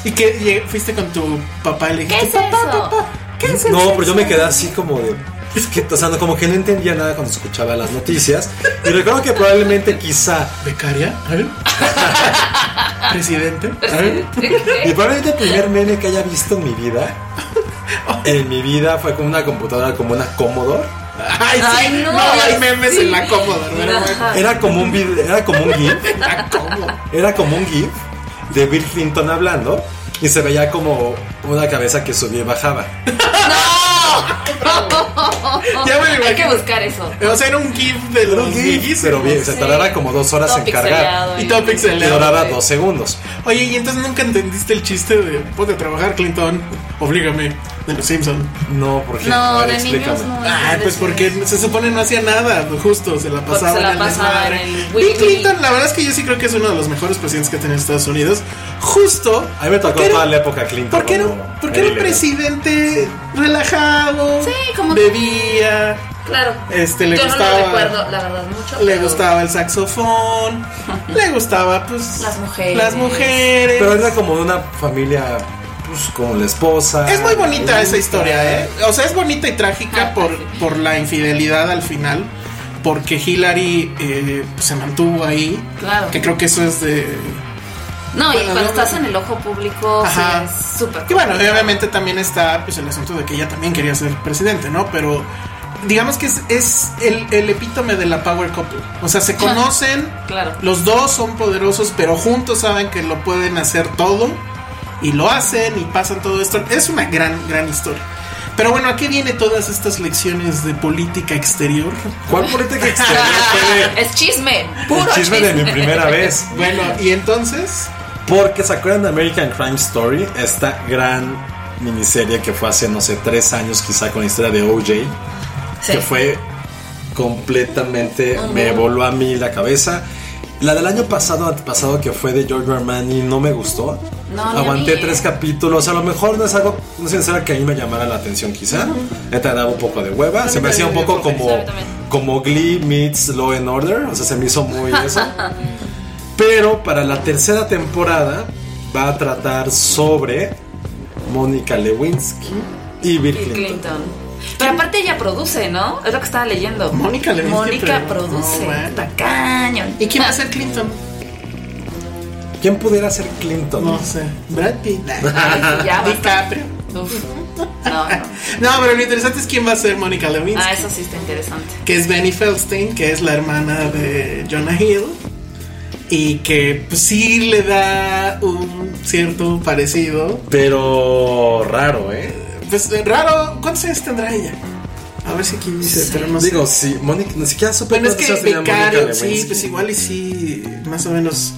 Speaker 4: ¿Y que lleg- fuiste con tu papá y le
Speaker 3: ¿Qué
Speaker 4: dijiste,
Speaker 3: es eso?
Speaker 4: ¿qué es el
Speaker 2: No, pero yo
Speaker 4: sexo?
Speaker 2: me quedé así como de. pues, que, o sea, no, como que no entendía nada cuando escuchaba las noticias. Y recuerdo que probablemente, quizá,
Speaker 4: ¿Becaria? A ver. ¿Presidente? A ver.
Speaker 2: Y probablemente el primer meme que haya visto en mi vida. En mi vida fue con una computadora como una Commodore.
Speaker 4: Ay, sí.
Speaker 3: Ay, no,
Speaker 4: no. hay
Speaker 3: sí.
Speaker 4: memes en la cómoda, pero bueno.
Speaker 3: Ajá.
Speaker 2: Era como un vid- era como un GIF,
Speaker 4: La cómoda.
Speaker 2: era como un GIF de Bill Clinton hablando y se veía como una cabeza que subía y bajaba.
Speaker 4: Ya me lo
Speaker 3: Hay que
Speaker 4: imagino.
Speaker 3: buscar eso.
Speaker 4: O sea, era un GIF de
Speaker 2: Era
Speaker 4: los
Speaker 2: un GIF,
Speaker 4: viejísimos.
Speaker 2: pero bien, se
Speaker 3: Sí.
Speaker 2: tardaba como dos horas
Speaker 3: Todo
Speaker 2: en cargar.
Speaker 3: pixeleado
Speaker 4: Y todo
Speaker 2: Y
Speaker 4: pixelado.
Speaker 2: duraba dos segundos.
Speaker 4: Oye, y entonces nunca entendiste el chiste de ponte a trabajar, Clinton. Oblígame. De los Simpson.
Speaker 2: No, porque
Speaker 3: No,
Speaker 2: a ver,
Speaker 3: de niños
Speaker 2: explícame.
Speaker 3: no.
Speaker 4: Ah, pues porque se supone no hacía nada, justo, se la
Speaker 3: Porque
Speaker 4: pasaba
Speaker 3: se la
Speaker 4: en el
Speaker 3: pasaba
Speaker 4: desmadre.
Speaker 3: en el
Speaker 4: Bill
Speaker 3: wiki.
Speaker 4: Clinton, la verdad es que yo sí creo que es uno de los mejores presidentes que ha tenido Estados Unidos, justo
Speaker 2: A mí me tocó
Speaker 4: porque era-
Speaker 2: toda la época Clinton.
Speaker 4: porque era,
Speaker 2: como
Speaker 4: porque era un
Speaker 2: Hillary.
Speaker 4: presidente relajado,
Speaker 3: Sí, como-
Speaker 4: bebía,
Speaker 3: Claro.
Speaker 4: Este, le
Speaker 3: Yo
Speaker 4: gustaba-
Speaker 3: no lo recuerdo, la verdad, mucho.
Speaker 4: le
Speaker 3: pero
Speaker 4: gustaba el saxofón, le gustaba pues
Speaker 3: Las mujeres.
Speaker 4: las mujeres.
Speaker 2: Pero era como de una familia, pues, con la esposa.
Speaker 4: Es muy bonita esa historia, ¿eh? O sea, es bonita y trágica
Speaker 3: Ah,
Speaker 4: por,
Speaker 3: sí.
Speaker 4: por la infidelidad al final. Porque Hillary eh, se mantuvo ahí.
Speaker 3: Claro.
Speaker 4: Que creo que eso es de.
Speaker 3: No, y
Speaker 4: Bueno,
Speaker 3: cuando
Speaker 4: no, no.
Speaker 3: estás en el ojo público, sí,
Speaker 4: Ajá.
Speaker 3: es súper.
Speaker 4: Y bueno,
Speaker 3: complicado.
Speaker 4: obviamente también está pues, el asunto de que ella también quería ser presidente, ¿no? Pero digamos que es, es el, el epítome de la Power Couple. O sea, se conocen.
Speaker 3: Claro.
Speaker 4: Los dos son poderosos, pero juntos saben que lo pueden hacer todo y lo hacen y pasan todo esto. Es una gran, gran historia. Pero bueno, ¿a qué viene todas estas lecciones de política exterior?
Speaker 2: ¿Cuál política exterior puede-
Speaker 3: es chisme, puro
Speaker 2: El chisme de mi primera vez.
Speaker 4: Bueno, y entonces,
Speaker 2: Porque se acuerdan de American Crime Story, esta gran miniserie que fue hace, no sé, tres años quizá con la historia de OJ,
Speaker 3: Sí.
Speaker 2: que fue completamente, me voló a mí la cabeza. La del año pasado, antepasado, que fue de George Armani, no me gustó.
Speaker 3: No, ni a
Speaker 2: Aguanté
Speaker 3: mí. ¿eh?
Speaker 2: tres capítulos, a lo mejor no es algo, no sé, será que a mí me llamara la atención quizá. Neta, daba un poco de hueva, se me hacía un
Speaker 4: también,
Speaker 2: poco
Speaker 4: yo creo que
Speaker 2: como,
Speaker 3: sí, a mí también.
Speaker 2: como Glee meets Law and Order, o sea, se me hizo muy eso. Pero para la tercera temporada va a tratar sobre Mónica Lewinsky y Bill
Speaker 3: Bill
Speaker 2: Clinton.
Speaker 3: Clinton. Pero aparte ella produce, ¿no? Es lo que estaba leyendo.
Speaker 4: Mónica Lewinsky,
Speaker 3: Mónica
Speaker 4: pero-
Speaker 3: produce.
Speaker 4: no, bueno.
Speaker 3: Está cañón.
Speaker 4: ¿y quién va a ser Clinton?
Speaker 2: ¿Quién pudiera ser Clinton?
Speaker 4: No sé, Brad Pitt,
Speaker 3: Ay, sí, ya basta.
Speaker 4: DiCaprio.
Speaker 3: Uf. No, no.
Speaker 4: No, pero lo interesante es quién va a ser Mónica Lewinsky,
Speaker 3: Ah, eso sí está interesante.
Speaker 4: que es Benny Feldstein, que es la hermana de Jonah Hill. Y que pues, sí le da un cierto parecido.
Speaker 2: Pero raro, ¿eh?
Speaker 4: Pues eh, raro, ¿cuántos años tendrá ella? A ver si aquí dice, pero no sé.
Speaker 2: Digo, sí, Mónica, ni siquiera supe
Speaker 4: Bueno, es
Speaker 2: cuántos
Speaker 4: que
Speaker 2: años tenía Mónica
Speaker 4: becario, sí,
Speaker 2: Lewinsky.
Speaker 4: pues igual y sí, más o menos,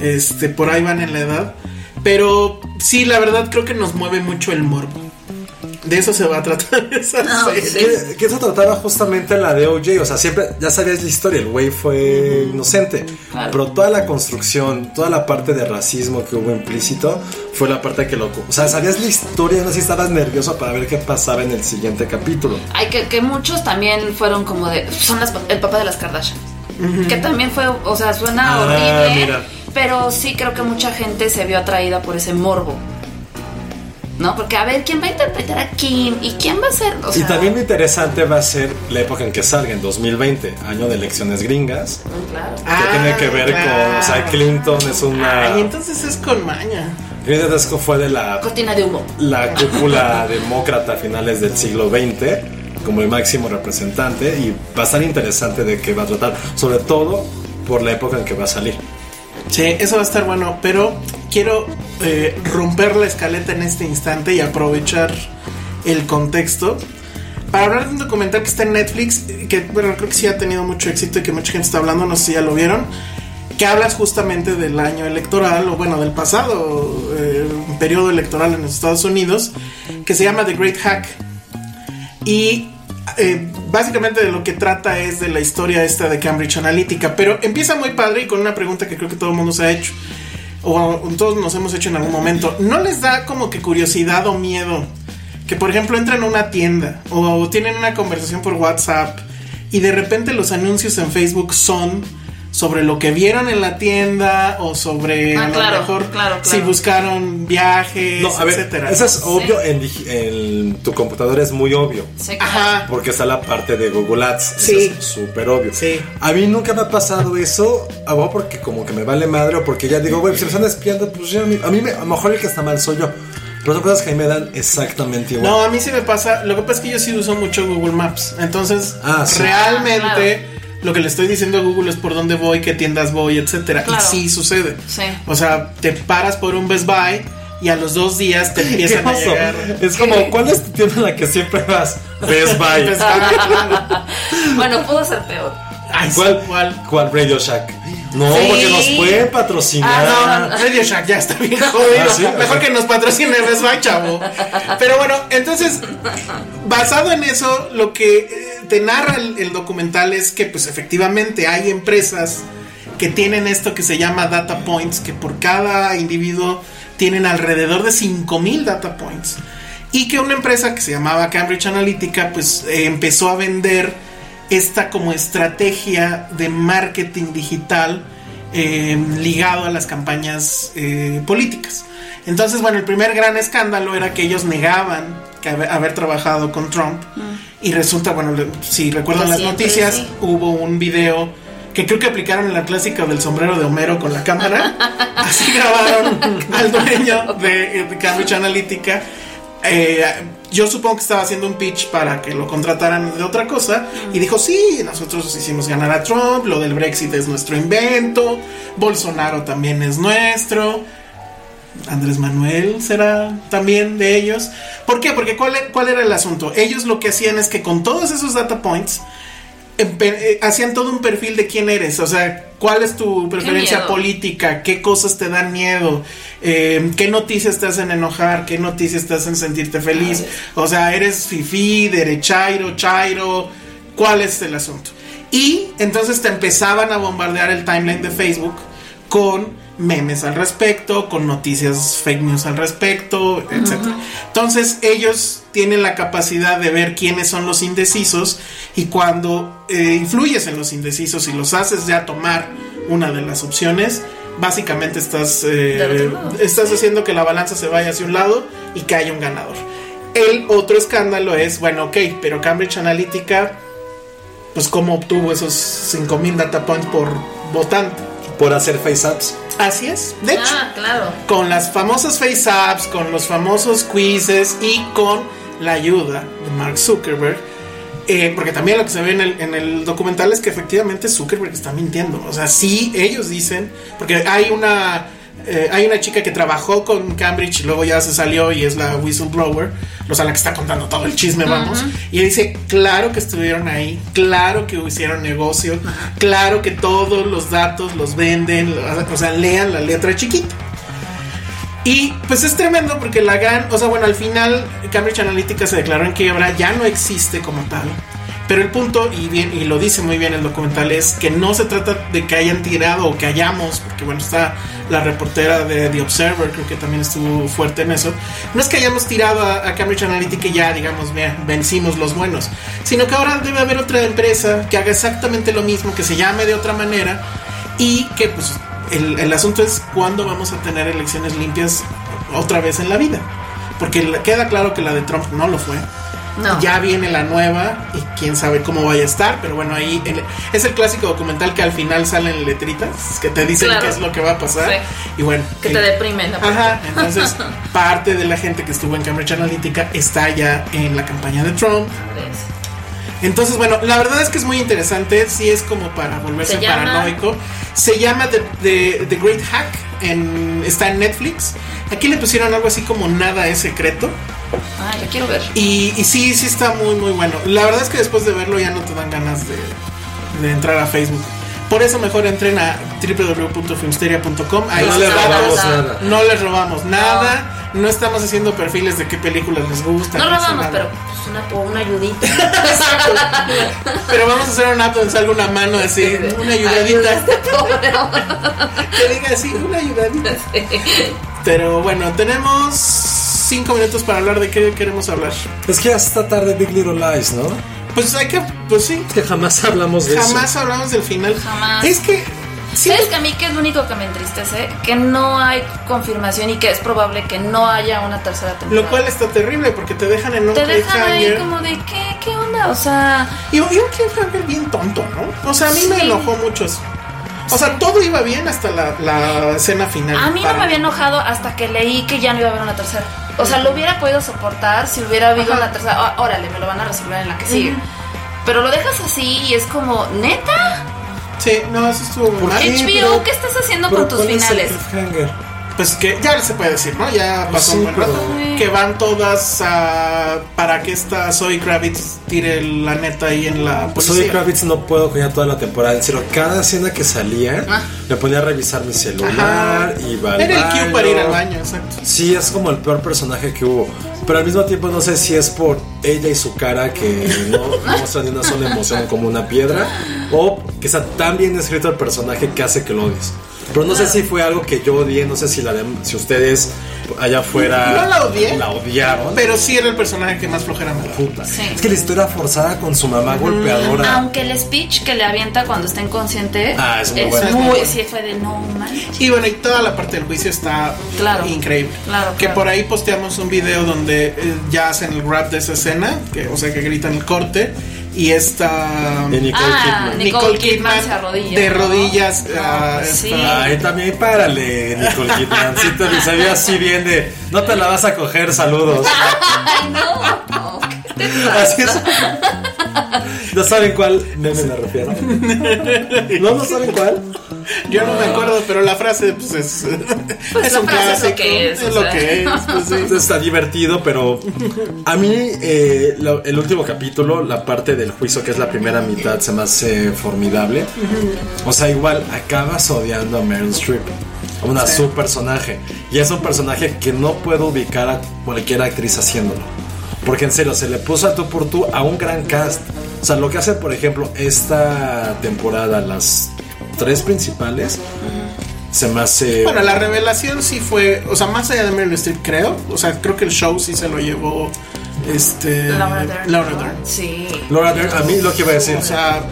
Speaker 4: este, por ahí van en la edad. Pero sí, la verdad creo que nos mueve mucho el morbo. De eso se va a tratar esa
Speaker 3: No,
Speaker 4: serie.
Speaker 3: sí.
Speaker 2: Que, que eso trataba justamente la de OJ, o sea, siempre, ya sabías la historia, el güey fue inocente,
Speaker 3: Claro.
Speaker 2: pero toda la construcción, toda la parte de racismo que hubo implícito, fue la parte que lo... O sea, sabías la historia, no sé si estabas nervioso para ver qué pasaba en el siguiente capítulo.
Speaker 3: Hay que, que muchos también fueron como de. Son las, el papá de las Kardashian. Que también fue, o sea, suena
Speaker 2: Ah,
Speaker 3: horrible.
Speaker 2: mira.
Speaker 3: Pero sí creo que mucha gente se vio atraída por ese morbo. ¿No? Porque a ver, ¿quién va a interpretar a Kim? ¿Y quién va a ser? O sea,
Speaker 2: y también lo interesante va a ser la época en que salga, en 2020, año de elecciones gringas, que
Speaker 3: Claro.
Speaker 4: Ah,
Speaker 2: tiene que ver con, o sea,
Speaker 4: claro. Ah,
Speaker 2: Clinton es una...
Speaker 4: Ay, entonces es con maña.
Speaker 2: Clinton Desco fue de la
Speaker 3: Cortina de humo.
Speaker 2: la cúpula demócrata a finales del siglo XX como el máximo representante y va a estar interesante de qué va a tratar, sobre todo por la época en que va a salir.
Speaker 4: Sí, eso va a estar bueno, pero quiero eh, romper la escaleta en este instante y aprovechar el contexto para hablar de un documental que está en Netflix, eh, que bueno, creo que sí ha tenido mucho éxito y que mucha gente está hablando, no sé si ya lo vieron, que hablas justamente del año electoral, o bueno, del pasado eh, periodo electoral en los Estados Unidos, que se llama The Great Hack. Y eh, básicamente de lo que trata es de la historia esta de Cambridge Analytica. Pero empieza muy padre y con una pregunta que creo que todo el mundo se ha hecho. O todos nos hemos hecho en algún momento. ¿No les da como que curiosidad o miedo? Que por ejemplo entran a una tienda o tienen una conversación por WhatsApp y de repente los anuncios en Facebook son sobre lo que vieron en la tienda o sobre
Speaker 3: Ah,
Speaker 4: a lo
Speaker 3: claro,
Speaker 4: mejor
Speaker 3: claro, claro.
Speaker 4: si buscaron viajes,
Speaker 2: No, a ver,
Speaker 4: etcétera.
Speaker 2: eso es obvio, en, digi- en tu computadora es muy obvio,
Speaker 3: Sí, claro.
Speaker 4: Ajá.
Speaker 2: porque está la parte de Google Ads,
Speaker 4: Sí.
Speaker 2: eso es súper obvio.
Speaker 4: Sí.
Speaker 2: A mí nunca me ha pasado eso, a lo mejor porque como que me vale madre o porque ya digo, güey, si me están espiando, pues ya, a mí, a mí me- a lo mejor el que está mal soy yo. Pero son cosas que a mí me dan exactamente igual.
Speaker 4: No, a mí sí me pasa. Lo que pasa es que yo sí uso mucho Google Maps. Entonces,
Speaker 2: Ah, sí.
Speaker 4: realmente
Speaker 3: Ah, claro.
Speaker 4: lo que le estoy diciendo a Google es por dónde voy, qué tiendas voy, etcétera.
Speaker 3: Claro.
Speaker 4: Y sí sucede.
Speaker 3: Sí.
Speaker 4: O sea, te paras por un Best Buy y a los dos días te
Speaker 2: ¿Qué
Speaker 4: empiezan a
Speaker 2: pasó?
Speaker 4: llegar.
Speaker 2: Es como, ¿cuál es tu tienda en la que siempre vas? Best Buy.
Speaker 4: Best
Speaker 3: Ah,
Speaker 4: Buy.
Speaker 3: Bueno, pudo ser peor.
Speaker 4: Ay, sí,
Speaker 2: ¿Cuál,
Speaker 4: ¿Cuál?
Speaker 2: ¿Cuál Radio Shack? No,
Speaker 3: Sí.
Speaker 2: porque nos pueden patrocinar.
Speaker 4: Ah, no, Radio Shack ya está bien jodido.
Speaker 2: Ah, sí,
Speaker 4: Mejor
Speaker 2: ajá.
Speaker 4: que nos patrocine Best Buy, chavo. Pero bueno, entonces, basado en eso, lo que eh, te narra el, el documental es que, pues, efectivamente hay empresas que tienen esto que se llama data points, que por cada individuo tienen alrededor de 5000 data points. Y que una empresa que se llamaba Cambridge Analytica, pues, eh, empezó a vender esta como estrategia de marketing digital eh, ligado a las campañas eh, políticas. Entonces, bueno, el primer gran escándalo era que ellos negaban que haber, haber trabajado con Trump. Y resulta, bueno, le- si recuerdan
Speaker 3: Que
Speaker 4: las
Speaker 3: Mm. siempre
Speaker 4: noticias,
Speaker 3: sí.
Speaker 4: hubo un video que creo que aplicaron la clásica del sombrero de Homero con la cámara. Así grabaron al dueño de, de Cambridge Analytica. Eh, yo supongo que estaba haciendo un pitch para que lo contrataran de otra cosa y dijo, sí, nosotros hicimos ganar a Trump, lo del Brexit es nuestro invento, Bolsonaro también es nuestro. Andrés Manuel será también de ellos. ¿Por qué? Porque ¿cuál, e- cuál era el asunto? Ellos lo que hacían es que con todos esos data points empe- eh, hacían todo un perfil de quién eres, o sea, cuál es tu preferencia
Speaker 3: miedo.
Speaker 4: política, qué cosas te dan miedo, eh, qué noticias te hacen enojar, qué noticias te hacen sentirte feliz, o sea, eres fifí, derechairo, chairo, cuál es el asunto. Y entonces te empezaban a bombardear el timeline de Facebook con memes al respecto, con noticias fake news al respecto, etc. Entonces ellos tienen la capacidad de ver quiénes son los indecisos y cuando eh, influyes en los indecisos y los haces ya tomar una de las opciones, básicamente estás, eh,
Speaker 3: Del otro lado.
Speaker 4: estás haciendo que la balanza se vaya hacia un lado y que haya un ganador. El otro escándalo es, bueno, ok, pero Cambridge Analytica, pues cómo obtuvo esos 5.000 data points por votante.
Speaker 2: Por hacer face ups.
Speaker 4: Así es. De hecho,
Speaker 3: Ah, claro.
Speaker 4: con las famosas face apps, con los famosos quizzes y con la ayuda de Mark Zuckerberg. eh, porque también lo que se ve en el, en el documental es que efectivamente Zuckerberg está mintiendo. O sea, sí, ellos dicen, porque hay una, eh, hay una chica que trabajó con Cambridge y luego ya se salió y es la whistleblower, o sea, la que está contando todo el chisme, vamos. Y ella dice, claro que estuvieron ahí, claro que hicieron negocio, claro que todos los datos los venden, o sea, lean la letra chiquita. Y pues es tremendo porque la GAN, o sea, bueno, al final Cambridge Analytica se declaró en quiebra, ya no existe como tal. Pero el punto, y, bien, y lo dice muy bien el documental, es que no se trata de que hayan tirado o que hayamos, porque bueno, está la reportera de The Observer, creo que también estuvo fuerte en eso. No es que hayamos tirado a, a Cambridge Analytica y ya, digamos, vea, vencimos los buenos, sino que ahora debe haber otra empresa que haga exactamente lo mismo, que se llame de otra manera y que pues el, el asunto es cuándo vamos a tener elecciones limpias otra vez en la vida. Porque la- queda claro que la de Trump no lo fue.
Speaker 3: No.
Speaker 4: Ya viene la nueva y quién sabe cómo vaya a estar, pero bueno, ahí el- es el clásico documental que al final salen letritas que te dicen
Speaker 3: Claro.
Speaker 4: qué es lo que va a pasar.
Speaker 3: Sí.
Speaker 4: Y bueno,
Speaker 3: Que te
Speaker 4: el-
Speaker 3: deprimen. ¿no?
Speaker 4: Ajá, entonces parte de la gente que estuvo en Cambridge Analytica está ya en la campaña de Trump.
Speaker 3: Pues,
Speaker 4: Entonces, bueno, la verdad es que es muy interesante. Sí es como para volverse
Speaker 3: Se llama-
Speaker 4: paranoico. Se llama The, The- The Great Hack. en- está en Netflix. Aquí le pusieron algo así como nada es secreto.
Speaker 3: Ay, lo quiero ver.
Speaker 4: Y, y sí, sí está muy, muy bueno. La verdad es que después de verlo ya no te dan ganas de, de entrar a Facebook. Por eso mejor entren a www.filmsteria.com. Ahí
Speaker 2: No
Speaker 4: sí
Speaker 2: le
Speaker 4: está la
Speaker 2: robamos
Speaker 4: cosa.
Speaker 2: nada.
Speaker 4: No les robamos nada. No estamos haciendo perfiles de qué películas les gustan.
Speaker 3: No lo
Speaker 4: ni nada.
Speaker 3: vamos, pero pues una, po- una ayudita.
Speaker 4: Pero vamos a hacer una app donde salga una mano así, una ayudadita.
Speaker 3: Ayudaste, pobre hombre.
Speaker 4: Que diga así, una ayudadita. Pero bueno, tenemos cinco minutos para hablar de qué queremos hablar.
Speaker 2: Es que ya está tarde Big Little Lies, ¿no?
Speaker 4: Pues hay que, pues sí,
Speaker 2: Es que jamás hablamos de eso.
Speaker 4: jamás hablamos del final.
Speaker 3: Jamás.
Speaker 4: Es que
Speaker 3: ¿Sabes que a mí que es lo único que me entristece? Que no hay confirmación y que es probable que no haya una tercera temporada.
Speaker 4: Lo cual está terrible porque te dejan en un
Speaker 3: te dejan ahí
Speaker 4: cliffhanger.
Speaker 3: como de qué, qué onda, o sea,
Speaker 4: Y, y un cliffhanger bien tonto, ¿no? O sea, a mí me
Speaker 3: Sí.
Speaker 4: enojó mucho eso. O sea, todo iba bien hasta la, la escena final.
Speaker 3: a mí no
Speaker 4: Para-
Speaker 3: me había enojado hasta que leí que ya no iba a haber una tercera. O sea, lo hubiera podido soportar si hubiera habido
Speaker 4: Ajá.
Speaker 3: una tercera. Ah, órale, me lo van a resolver en la que sigue. Pero lo dejas así y es como, neta,
Speaker 4: Sí, no, eso estuvo muy mal.
Speaker 2: Sí,
Speaker 3: HBO,
Speaker 2: pero-
Speaker 3: ¿qué estás haciendo
Speaker 2: Pero
Speaker 3: con tus
Speaker 2: ¿cuál es el
Speaker 3: finales?
Speaker 2: cliffhanger?
Speaker 4: Pues que ya se puede decir, ¿no? Ya pasó
Speaker 2: Sí,
Speaker 4: un buen rato.
Speaker 2: pero-
Speaker 4: Que van todas a. para que esta Zoe Kravitz tire la neta ahí en la policía.
Speaker 2: Pues Soy Kravitz, no puedo con ella toda la temporada. En serio, cada escena que salía, me ponía a revisar mi
Speaker 4: Ah. Ajá.
Speaker 2: celular, iba al
Speaker 4: Era el
Speaker 2: baño.
Speaker 4: Q para ir al baño, exacto.
Speaker 2: Sí, es como el peor personaje que hubo. Pero al mismo tiempo no sé si es por ella y su cara que no muestra ni una sola emoción como una piedra. O que está tan bien escrito el personaje que hace que lo odies. Pero
Speaker 4: Ah.
Speaker 2: no sé si fue algo que yo odié, no sé si, la dem- si ustedes allá afuera
Speaker 4: No la odié.
Speaker 2: la odiaron.
Speaker 4: Pero sí era el personaje que más flojera me daba.
Speaker 2: Puta.
Speaker 3: Sí.
Speaker 2: Es que la historia forzada con su mamá
Speaker 4: Ah,
Speaker 2: golpeadora.
Speaker 3: Aunque el speech que le avienta cuando está inconsciente
Speaker 2: Ah, es muy bueno.
Speaker 3: muy- sí fue de no manches.
Speaker 4: Y bueno, y toda la parte del juicio está
Speaker 3: Claro.
Speaker 4: increíble.
Speaker 3: Claro,
Speaker 4: Que
Speaker 3: claro.
Speaker 4: por ahí posteamos un video donde eh, ya hacen el rap de esa escena, que, o sea, que gritan el corte. Y esta.
Speaker 2: De Nicole
Speaker 3: Ah,
Speaker 2: Kidman.
Speaker 3: Nicole Kidman se arrodilla,
Speaker 4: De
Speaker 3: ¿no?
Speaker 4: rodillas.
Speaker 3: No,
Speaker 4: ah,
Speaker 3: pues sí.
Speaker 4: esta-
Speaker 2: Ay, también párale, Nicole Kidman. Sí, te sabía así bien de no te la vas a coger, saludos.
Speaker 3: Ay, no, no, ¿qué te pasa?
Speaker 2: Así es. No saben cuál meme me refiero. No, no saben cuál.
Speaker 4: Yo no me acuerdo, pero la frase pues es,
Speaker 3: Pues
Speaker 4: es
Speaker 3: la
Speaker 4: un
Speaker 3: frase es
Speaker 4: clásico.
Speaker 3: lo que es, o
Speaker 4: lo
Speaker 3: sea.
Speaker 4: que es, pues, sí.
Speaker 2: Está divertido, pero a mí eh, lo- el último capítulo, la parte del juicio, que es la primera mitad, se me hace formidable. O sea, igual acabas odiando a Meryl Streep, a una su personaje. Y es un personaje que no puedo ubicar a cualquier actriz haciéndolo. Porque en serio, se le puso a tú por tú a un gran cast. O sea, lo que hace, por ejemplo, esta temporada, las tres principales, se me hace.
Speaker 4: Bueno, la revelación sí fue, o sea, más allá de Meryl Streep, creo. O sea, creo que el show sí se lo llevó este
Speaker 3: Laura Dern.
Speaker 4: Laura
Speaker 3: ¿no?
Speaker 4: Dern.
Speaker 3: Sí.
Speaker 2: Laura Dern, a mí lo que iba a decir.
Speaker 4: O sea,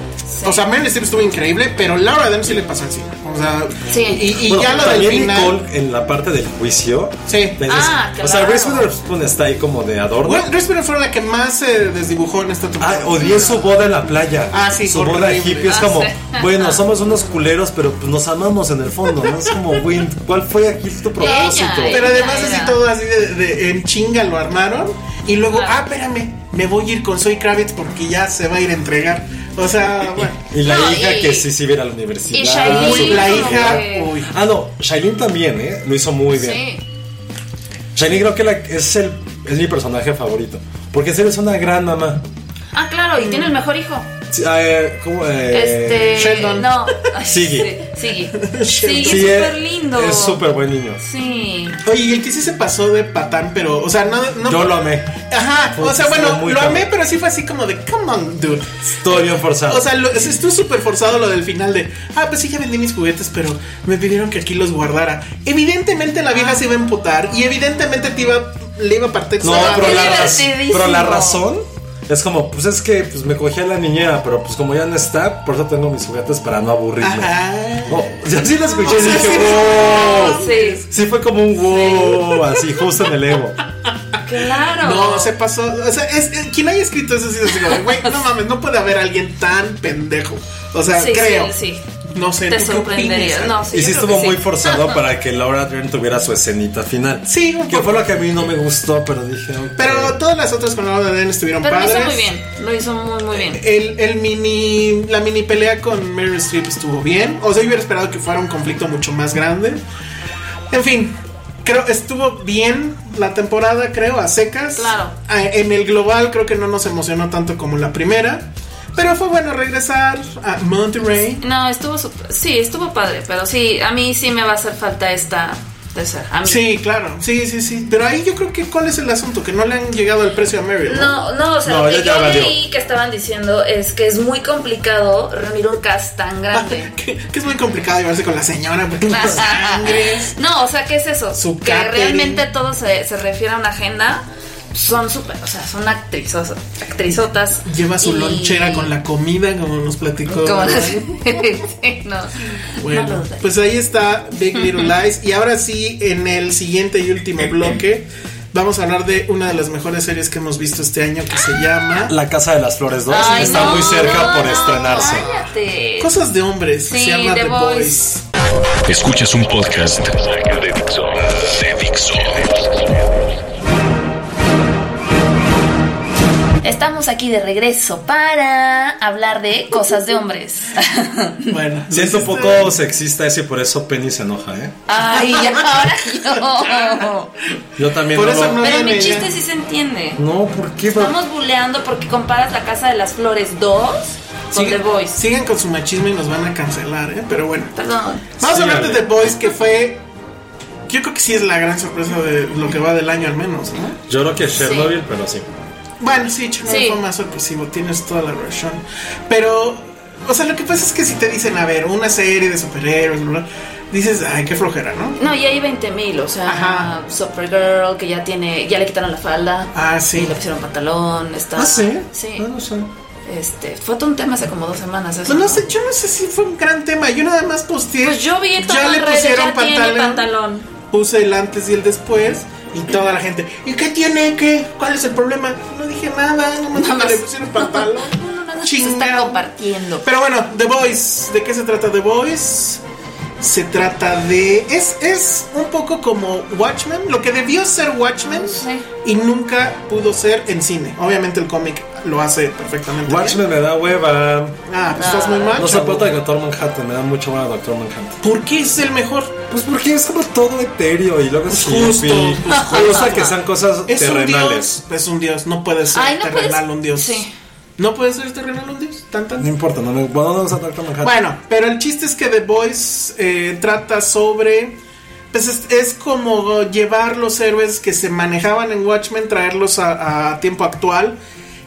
Speaker 4: o sea, Meryl Streep estuvo increíble, pero Laura Dern sí le pasó encima. O sea,
Speaker 3: Sí.
Speaker 4: y, y
Speaker 2: Bueno,
Speaker 4: ya lo del
Speaker 2: también
Speaker 4: final.
Speaker 2: Nicole en la parte del juicio.
Speaker 4: Sí.
Speaker 2: te dice-
Speaker 3: Ah,
Speaker 2: O sea,
Speaker 3: claro.
Speaker 2: Reese Witherspoon está ahí como de adorno.
Speaker 4: Bueno, Reese Witherspoon fue la que más se desdibujó en esta
Speaker 2: Ah,
Speaker 4: temporada.
Speaker 2: odié su boda en la playa.
Speaker 4: Ah, sí,
Speaker 2: Su boda
Speaker 4: horrible.
Speaker 2: hippie es
Speaker 3: Ah,
Speaker 2: como,
Speaker 3: sí.
Speaker 2: bueno, somos unos culeros, pero pues nos amamos en el fondo, ¿no? Es como, güey, ¿cuál fue aquí tu propósito?
Speaker 3: Ella,
Speaker 4: Pero además
Speaker 3: Era.
Speaker 4: así todo así de, de- en chinga lo armaron y luego,
Speaker 3: Claro.
Speaker 4: ah, espérame, me voy a ir con Soy Kravitz porque ya se va a ir a entregar. O sea, bueno.
Speaker 2: Y la
Speaker 3: No,
Speaker 2: hija
Speaker 3: y-
Speaker 2: que sí se viera a la universidad.
Speaker 3: y Shailene,
Speaker 4: Uy, la hija,
Speaker 3: Uy.
Speaker 4: uy.
Speaker 2: Ah, no, Shailene también, ¿eh? Lo hizo muy bien.
Speaker 3: Sí.
Speaker 2: Shailene creo que la- es, el, es mi personaje favorito. Porque en serio es una gran mamá.
Speaker 3: Ah, claro, y tiene el mejor hijo.
Speaker 2: Sí, ah, eh, ¿cómo? Eh,
Speaker 3: Este.
Speaker 4: Sheldon.
Speaker 3: No.
Speaker 2: Siggy.
Speaker 3: Sigue.
Speaker 4: Sí,
Speaker 3: Sigue,
Speaker 2: sí, es-
Speaker 3: súper lindo.
Speaker 2: Es súper buen niño.
Speaker 3: Sí.
Speaker 4: Oye, y el que sí se pasó de patán, pero, o sea, no. no
Speaker 2: Yo lo amé.
Speaker 4: Ajá,
Speaker 2: Fue-
Speaker 4: o sea,
Speaker 2: fue
Speaker 4: bueno,
Speaker 2: muy
Speaker 4: lo
Speaker 2: cabrón.
Speaker 4: amé, pero sí fue así como de, come on, dude.
Speaker 2: Todo bien forzado.
Speaker 4: O sea, lo, es- estuvo súper forzado lo del final de, ah, pues sí, ya vendí mis juguetes, pero me pidieron que aquí los guardara. Evidentemente la
Speaker 3: Ah.
Speaker 4: vieja se iba a emputar y evidentemente te iba, le iba a partir
Speaker 2: no,
Speaker 4: su madre.
Speaker 2: pero
Speaker 3: qué
Speaker 2: la, raz-
Speaker 3: divertidísimo.
Speaker 2: pero la razón es como, pues es que pues, me cogí a la niñera, pero pues como ya no está, por eso tengo mis juguetes para no aburrirme.
Speaker 4: Ajá.
Speaker 2: No, yo sí la escuché
Speaker 4: O
Speaker 2: y
Speaker 4: sea,
Speaker 2: dije,
Speaker 4: sí.
Speaker 2: wow.
Speaker 3: Sí.
Speaker 2: Sí fue como un wow, así justo en el ego.
Speaker 3: Claro.
Speaker 4: No, se pasó. O sea, es, es- quien haya escrito eso sí es así como, de, güey, no mames, no puede haber alguien tan pendejo. O sea,
Speaker 3: Sí,
Speaker 4: creo.
Speaker 3: sí, sí.
Speaker 4: No sé,
Speaker 3: Te
Speaker 4: ¿tú qué
Speaker 3: sorprendería.
Speaker 4: opinas?
Speaker 3: No, sí,
Speaker 2: y sí
Speaker 3: yo creo
Speaker 2: estuvo
Speaker 3: que
Speaker 2: muy
Speaker 3: sí.
Speaker 2: forzado para que Laura Dern tuviera su escenita final.
Speaker 4: Sí, un
Speaker 2: Que
Speaker 4: poco.
Speaker 2: fue lo que a mí no me gustó, pero dije, ok.
Speaker 4: Pero todas las otras con Laura Dern estuvieron
Speaker 3: Pero lo
Speaker 4: padres.
Speaker 3: hizo muy bien. Lo hizo muy, muy
Speaker 2: Eh,
Speaker 3: bien.
Speaker 4: El, el mini, la mini pelea con Meryl Streep estuvo bien. O sea, yo hubiera esperado que fuera un conflicto mucho más grande. En fin, creo estuvo bien la temporada, creo, a secas.
Speaker 3: Claro.
Speaker 4: A- en el global creo que no nos emocionó tanto como la primera. Pero fue bueno regresar a Monterrey.
Speaker 3: No, estuvo sup- sí, estuvo padre, pero sí, a mí sí me va a hacer falta esta tercera. A mí.
Speaker 4: Sí, claro. Sí, sí, sí. Pero ahí yo creo que cuál es el asunto, que no le han llegado el precio a Meryl.
Speaker 3: No, no, o sea,
Speaker 2: No,
Speaker 3: lo
Speaker 2: ya-
Speaker 3: que
Speaker 2: ya
Speaker 3: yo
Speaker 2: valió.
Speaker 3: leí que estaban diciendo es que es muy complicado reunir un cast tan grande.
Speaker 4: que, que es muy complicado llevarse con la señora porque no sangre.
Speaker 3: no, o sea, ¿qué es eso?
Speaker 4: Su
Speaker 3: que
Speaker 4: catering.
Speaker 3: realmente todo se, se refiere a una agenda. Son súper, o sea, son actrizos, actrizotas.
Speaker 4: Lleva su
Speaker 3: y-
Speaker 4: lonchera con la comida, como nos platicó.
Speaker 3: como-
Speaker 4: ¿verdad?
Speaker 3: sí, no. No lo
Speaker 4: Bueno,
Speaker 3: dudaría.
Speaker 4: pues ahí está Big Little Lies. Y ahora sí, en el siguiente y último bloque, vamos a hablar de una de las mejores series que hemos visto este año que se llama
Speaker 2: La Casa de las Flores 2
Speaker 3: Ay,
Speaker 2: está
Speaker 3: no,
Speaker 2: muy cerca
Speaker 3: no,
Speaker 2: por
Speaker 3: no,
Speaker 2: estrenarse.
Speaker 3: cállate.
Speaker 4: Cosas de hombres.
Speaker 3: Sí,
Speaker 4: se llama
Speaker 3: The
Speaker 4: The,
Speaker 3: Boys.
Speaker 4: Boys.
Speaker 5: Escuchas un podcast de Dixo. De Dixo.
Speaker 3: Estamos aquí de regreso para hablar de cosas de hombres.
Speaker 4: Bueno,
Speaker 2: Siento un
Speaker 4: pues, este-
Speaker 2: poco sexista ese y por eso Penny se enoja, ¿eh?
Speaker 3: Ay, ahora yo.
Speaker 2: Yo también
Speaker 4: Por
Speaker 2: no
Speaker 4: eso
Speaker 2: lo-
Speaker 4: no-
Speaker 3: Pero mi chiste sí se entiende.
Speaker 2: No, ¿por qué? bro?
Speaker 3: Estamos buleando porque comparas la Casa de las Flores 2 con The
Speaker 4: Sigan,
Speaker 3: Voice.
Speaker 4: sigan con su machismo y nos van a cancelar, ¿eh? Pero bueno.
Speaker 3: Perdón.
Speaker 4: Vamos
Speaker 2: Sí,
Speaker 4: a hablar de
Speaker 2: vale.
Speaker 4: The Boys, que fue. Yo creo que sí es la gran sorpresa de lo que va del año, al menos, ¿no?
Speaker 2: Yo creo que Chernobyl, pero sí.
Speaker 4: Bueno, sí, Chernobyl
Speaker 3: Sí.
Speaker 4: fue más sorpresivo, tienes toda la razón. Pero, o sea, lo que pasa es que si te dicen, a ver, una serie de superhéroes, bla, bla, dices, ay, qué flojera, ¿no?
Speaker 3: No, y hay 20.000 o sea,
Speaker 4: Ajá.
Speaker 3: Supergirl que ya tiene, ya le quitaron la falda.
Speaker 4: Ah, sí.
Speaker 3: Y le pusieron pantalón, está.
Speaker 2: Ah, no sé.
Speaker 3: Este, fue todo un tema hace como dos semanas. Eso,
Speaker 4: Pues no sé, yo no sé si fue un gran tema. Yo nada más posteé.
Speaker 3: Pues yo vi todo
Speaker 4: ya
Speaker 3: en
Speaker 4: le
Speaker 3: redes,
Speaker 4: pusieron
Speaker 3: ya tiene
Speaker 4: pantalón,
Speaker 3: pantalón.
Speaker 4: Puse el antes y el después. Y toda la gente, ¿y qué tiene? ¿Qué? ¿Cuál es el problema? No dije nada, no
Speaker 3: Nada más.
Speaker 4: le pusieron pantalón.
Speaker 3: No, no, nada más se
Speaker 4: Chingado.
Speaker 3: está compartiendo.
Speaker 4: Pero bueno, The Voice, ¿de qué se trata The Voice? Se trata de. Es, es un poco como Watchmen, lo que debió ser Watchmen
Speaker 3: Sí.
Speaker 4: y nunca pudo ser en cine. Obviamente el cómic lo hace perfectamente.
Speaker 2: Watchmen me da hueva.
Speaker 4: bien. Ah, pues estás muy mal.
Speaker 2: No soporto de Doctor Manhattan, me da mucho hueva Doctor Manhattan.
Speaker 4: ¿Por qué es el mejor?
Speaker 2: Pues porque es como todo etéreo y luego es
Speaker 4: Pues justo,
Speaker 2: hippie.
Speaker 4: pues
Speaker 2: Me
Speaker 4: justo.
Speaker 2: gusta que sean cosas
Speaker 4: Es un dios.
Speaker 2: terrenales.
Speaker 4: Es un dios. No puede ser
Speaker 3: Ay, no
Speaker 4: terrenal
Speaker 3: puedes-
Speaker 4: un dios.
Speaker 3: sí.
Speaker 4: No puede ser terrenal un dios. Tan, tan.
Speaker 2: No importa, no me bueno, no me gusta Doctor Manhattan.
Speaker 4: Bueno, pero el chiste es que The Voice eh, trata sobre. Pues es, es como llevar los héroes que se manejaban en Watchmen, traerlos a, a tiempo actual.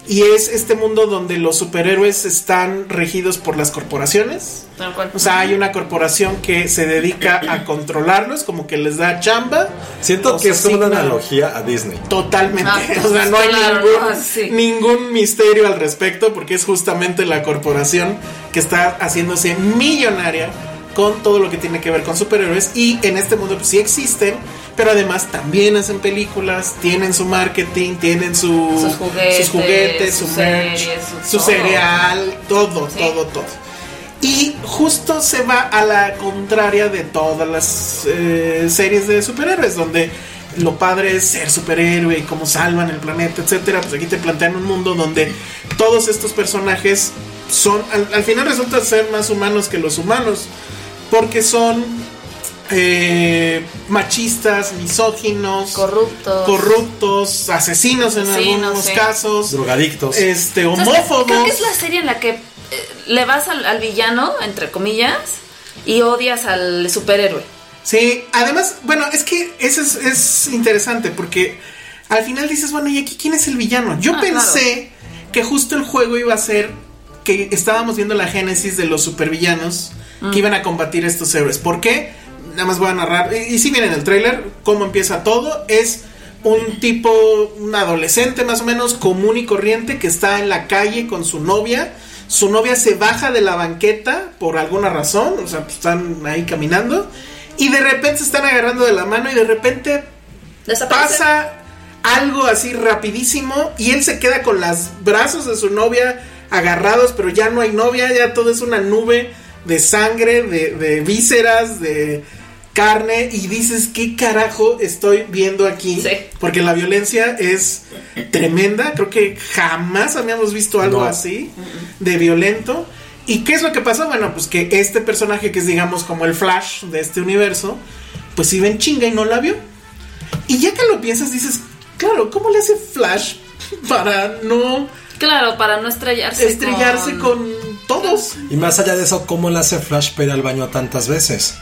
Speaker 4: Y es este mundo donde los superhéroes están regidos por las corporaciones.
Speaker 3: Tal cual.
Speaker 4: O sea, hay una corporación que se dedica a controlarlos, como que les da chamba.
Speaker 2: Siento
Speaker 4: los
Speaker 2: que es como una
Speaker 4: asigna-
Speaker 2: analogía a Disney.
Speaker 4: Totalmente.
Speaker 3: Ah,
Speaker 4: o sea, no hay
Speaker 3: claro,
Speaker 4: ningún,
Speaker 3: no, ah, sí.
Speaker 4: ningún misterio al respecto porque es justamente la corporación que está haciéndose millonaria con todo lo que tiene que ver con superhéroes y en este mundo pues sí existen, pero además también hacen películas, tienen su marketing, tienen su,
Speaker 3: Sus juguetes,
Speaker 4: sus juguetes, su
Speaker 3: sus
Speaker 4: merch,
Speaker 3: series,
Speaker 4: su,
Speaker 3: su todo.
Speaker 4: cereal, todo,
Speaker 3: Sí.
Speaker 4: todo, todo. Y justo se va a la contraria de todas las eh, series de superhéroes, donde lo padre es ser superhéroe y cómo salvan el planeta, etcétera. Pues aquí te plantean un mundo donde todos estos personajes son, al, al final resultan ser más humanos que los humanos, porque son eh, machistas, misóginos,
Speaker 3: Corruptos.
Speaker 4: corruptos, asesinos en
Speaker 3: Asesinos,
Speaker 4: algunos
Speaker 3: sí.
Speaker 4: casos,
Speaker 2: Drogadictos.
Speaker 4: este,
Speaker 3: O sea, es que
Speaker 4: homófobos.
Speaker 3: Creo que es la serie en la que eh, le vas al, al villano, entre comillas, y odias al superhéroe.
Speaker 4: Sí, además, bueno, es que eso es, es interesante porque al final dices, bueno, ¿y aquí quién es el villano? Yo
Speaker 3: Ah,
Speaker 4: pensé que justo el juego iba a ser que estábamos viendo la génesis de los supervillanos que iban a combatir a estos héroes. ¿Por qué? Nada más voy a narrar, y, y si bien en el tráiler, cómo empieza todo, es un tipo, un adolescente más o menos común y corriente que está en la calle con su novia. Su novia se baja de la banqueta por alguna razón, o sea, pues, están ahí caminando y de repente se están agarrando de la mano y de repente
Speaker 3: Desaparece.
Speaker 4: pasa algo así rapidísimo y él se queda con los brazos de su novia agarrados, pero ya no hay novia, ya todo es una nube de sangre, de, de vísceras, de carne y dices, ¿qué carajo estoy viendo aquí?
Speaker 3: Sí.
Speaker 4: Porque la violencia es tremenda, creo que jamás habíamos visto algo
Speaker 2: No.
Speaker 4: así
Speaker 3: Mm,
Speaker 4: de violento. ¿Y qué es lo que pasó? Bueno, pues que este personaje que es digamos como el Flash de este universo, pues iba en chinga y no la vio. Y ya que lo piensas, dices, claro, ¿cómo le hace Flash para no
Speaker 3: Claro, para no estrellarse.
Speaker 4: estrellarse con todos?
Speaker 2: Y más allá de eso, ¿cómo le hace Flash para ir al baño tantas veces?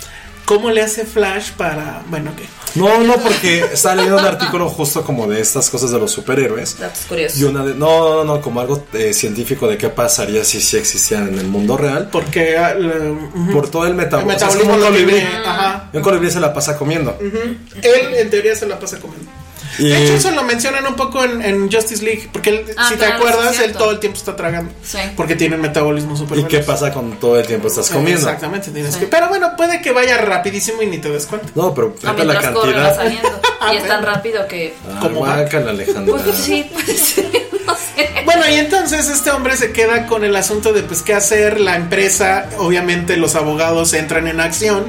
Speaker 4: ¿Cómo le hace Flash para, bueno, qué?
Speaker 2: No, no, porque estaba leyendo un artículo justo como de estas cosas de los superhéroes.
Speaker 3: Datos curiosos.
Speaker 2: Y una de. No, no, no, como algo eh, científico de qué pasaría si sí existieran en el mundo real.
Speaker 4: Porque ah, la- ujú.
Speaker 2: Por todo el
Speaker 4: el
Speaker 2: metabolismo. Es como
Speaker 4: metabolismo
Speaker 2: un
Speaker 4: lo
Speaker 2: colibrí.
Speaker 4: tiene, ajá.
Speaker 2: Y un colibrí se la pasa comiendo.
Speaker 4: Él en teoría se la pasa comiendo.
Speaker 2: Y-
Speaker 4: De hecho, eso lo mencionan un poco en, en Justice League. Porque él,
Speaker 3: Ah,
Speaker 4: si te
Speaker 3: claro,
Speaker 4: acuerdas,
Speaker 3: sí,
Speaker 4: él
Speaker 3: cierto.
Speaker 4: todo el tiempo está tragando.
Speaker 3: Sí.
Speaker 4: Porque tiene un metabolismo súper
Speaker 2: ¿Y qué
Speaker 4: veloz.
Speaker 2: pasa con todo el tiempo estás
Speaker 4: Sí,
Speaker 2: comiendo?
Speaker 4: Eh, Exactamente, tienes que. Pero bueno, puede que vaya rapidísimo y ni te des cuenta.
Speaker 2: No, pero la
Speaker 3: Ah, mientras corre va
Speaker 2: cantidad.
Speaker 3: saliendo.
Speaker 4: Ah,
Speaker 3: Y es tan
Speaker 4: bueno. Ah.
Speaker 3: rápido que.
Speaker 2: Como
Speaker 4: Como
Speaker 2: guácala, Alejandra.
Speaker 3: Pues sí, pues sí, no sé.
Speaker 4: Bueno, y entonces este hombre se queda con el asunto de pues qué hacer, la empresa, obviamente los abogados entran en acción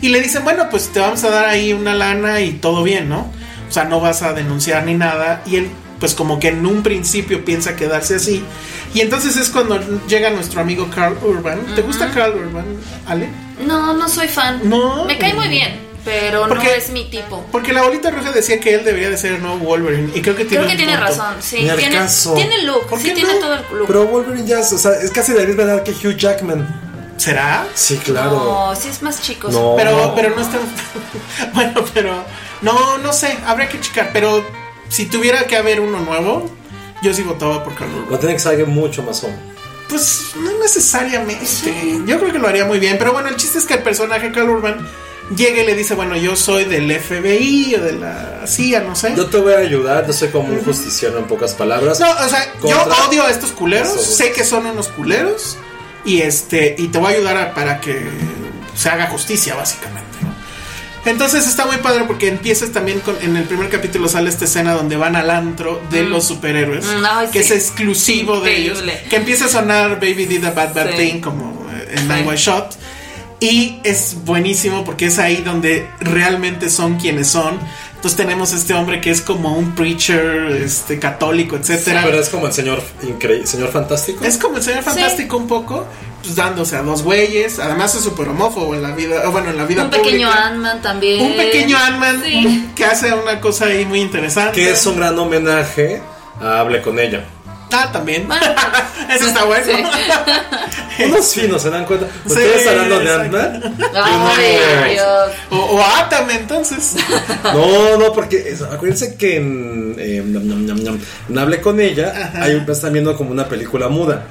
Speaker 4: y le dicen, bueno, pues te vamos a dar ahí una lana y todo bien, ¿no? O sea, no vas a denunciar ni nada y él pues como que en un principio piensa quedarse así. Y entonces es cuando llega nuestro amigo Carl Urban. ¿Te gusta Carl Urban, Ale?
Speaker 3: No, no soy fan.
Speaker 4: No.
Speaker 3: Me cae muy bien, pero no
Speaker 4: Porque-
Speaker 3: es mi tipo.
Speaker 4: Porque la bolita roja decía que él debería de ser el nuevo Wolverine y creo que tiene
Speaker 3: Creo que
Speaker 4: un
Speaker 3: tiene
Speaker 4: punto.
Speaker 3: razón, sí.
Speaker 2: Ni al
Speaker 3: Tiene,
Speaker 2: caso.
Speaker 3: tiene look,
Speaker 4: ¿Por
Speaker 3: sí
Speaker 4: qué
Speaker 3: tiene
Speaker 4: no?
Speaker 3: todo el look.
Speaker 2: Pero Wolverine ya, es- o sea, es casi de la misma edad que Hugh Jackman.
Speaker 4: ¿Será?
Speaker 2: Sí, claro.
Speaker 3: No, sí es más chico. sí.
Speaker 2: No.
Speaker 4: Pero, pero no está. bueno, pero. No, no sé, habría que checar. Pero si tuviera que haber uno nuevo, yo sí votaba por Carl Urban.
Speaker 2: Lo tiene que salir mucho más joven.
Speaker 4: Pues no necesariamente. Yo creo que lo haría muy bien. Pero bueno, el chiste es que el personaje Carl Urban llega y le dice: Bueno, yo soy del FBI o de la CIA, no sé.
Speaker 2: Yo te voy a ayudar, yo soy como un justiciero en pocas palabras.
Speaker 4: No, o sea, yo
Speaker 2: Contra-
Speaker 4: odio a estos culeros,
Speaker 2: Esos dos.
Speaker 4: sé que son unos culeros y este y te voy a ayudar a- para que se haga justicia básicamente. ¿no? Entonces está muy padre porque empiezas también con en el primer capítulo sale esta escena donde van al antro de los superhéroes,
Speaker 3: Mm, ay,
Speaker 4: que
Speaker 3: sí.
Speaker 4: es exclusivo de ellos,
Speaker 3: Increíble.
Speaker 4: que empieza a sonar Baby Did a Bad Bad
Speaker 3: Sí.
Speaker 4: Thing como eh, en
Speaker 3: Sí.
Speaker 4: My Shot Y es buenísimo porque es ahí donde realmente son quienes son. Entonces tenemos este hombre que es como un preacher este, católico, etcétera.
Speaker 2: Pero es como el señor increíble, señor fantástico.
Speaker 4: Es como el señor fantástico un poco, pues dándose a dos güeyes. Además es súper homófobo en la vida, bueno, en la vida
Speaker 3: Un
Speaker 4: pública.
Speaker 3: pequeño Ant-Man también.
Speaker 4: Un pequeño Ant-Man
Speaker 3: Sí.
Speaker 4: que hace una cosa ahí muy interesante.
Speaker 2: que es un gran homenaje a Hable con ella.
Speaker 4: Ah, también.
Speaker 3: Bueno,
Speaker 4: Eso está bueno.
Speaker 3: Sí.
Speaker 2: Unos finos se dan cuenta.
Speaker 4: Sí,
Speaker 2: Ustedes hablando de
Speaker 4: exacto.
Speaker 2: Ant-Man.
Speaker 3: Ay, Dios.
Speaker 4: O, o Atame, entonces.
Speaker 2: No, no, porque es- acuérdense que en, eh, nom, nom, nom, nom, en Hablé con ella,
Speaker 4: Ajá.
Speaker 2: hay un están viendo como una película muda.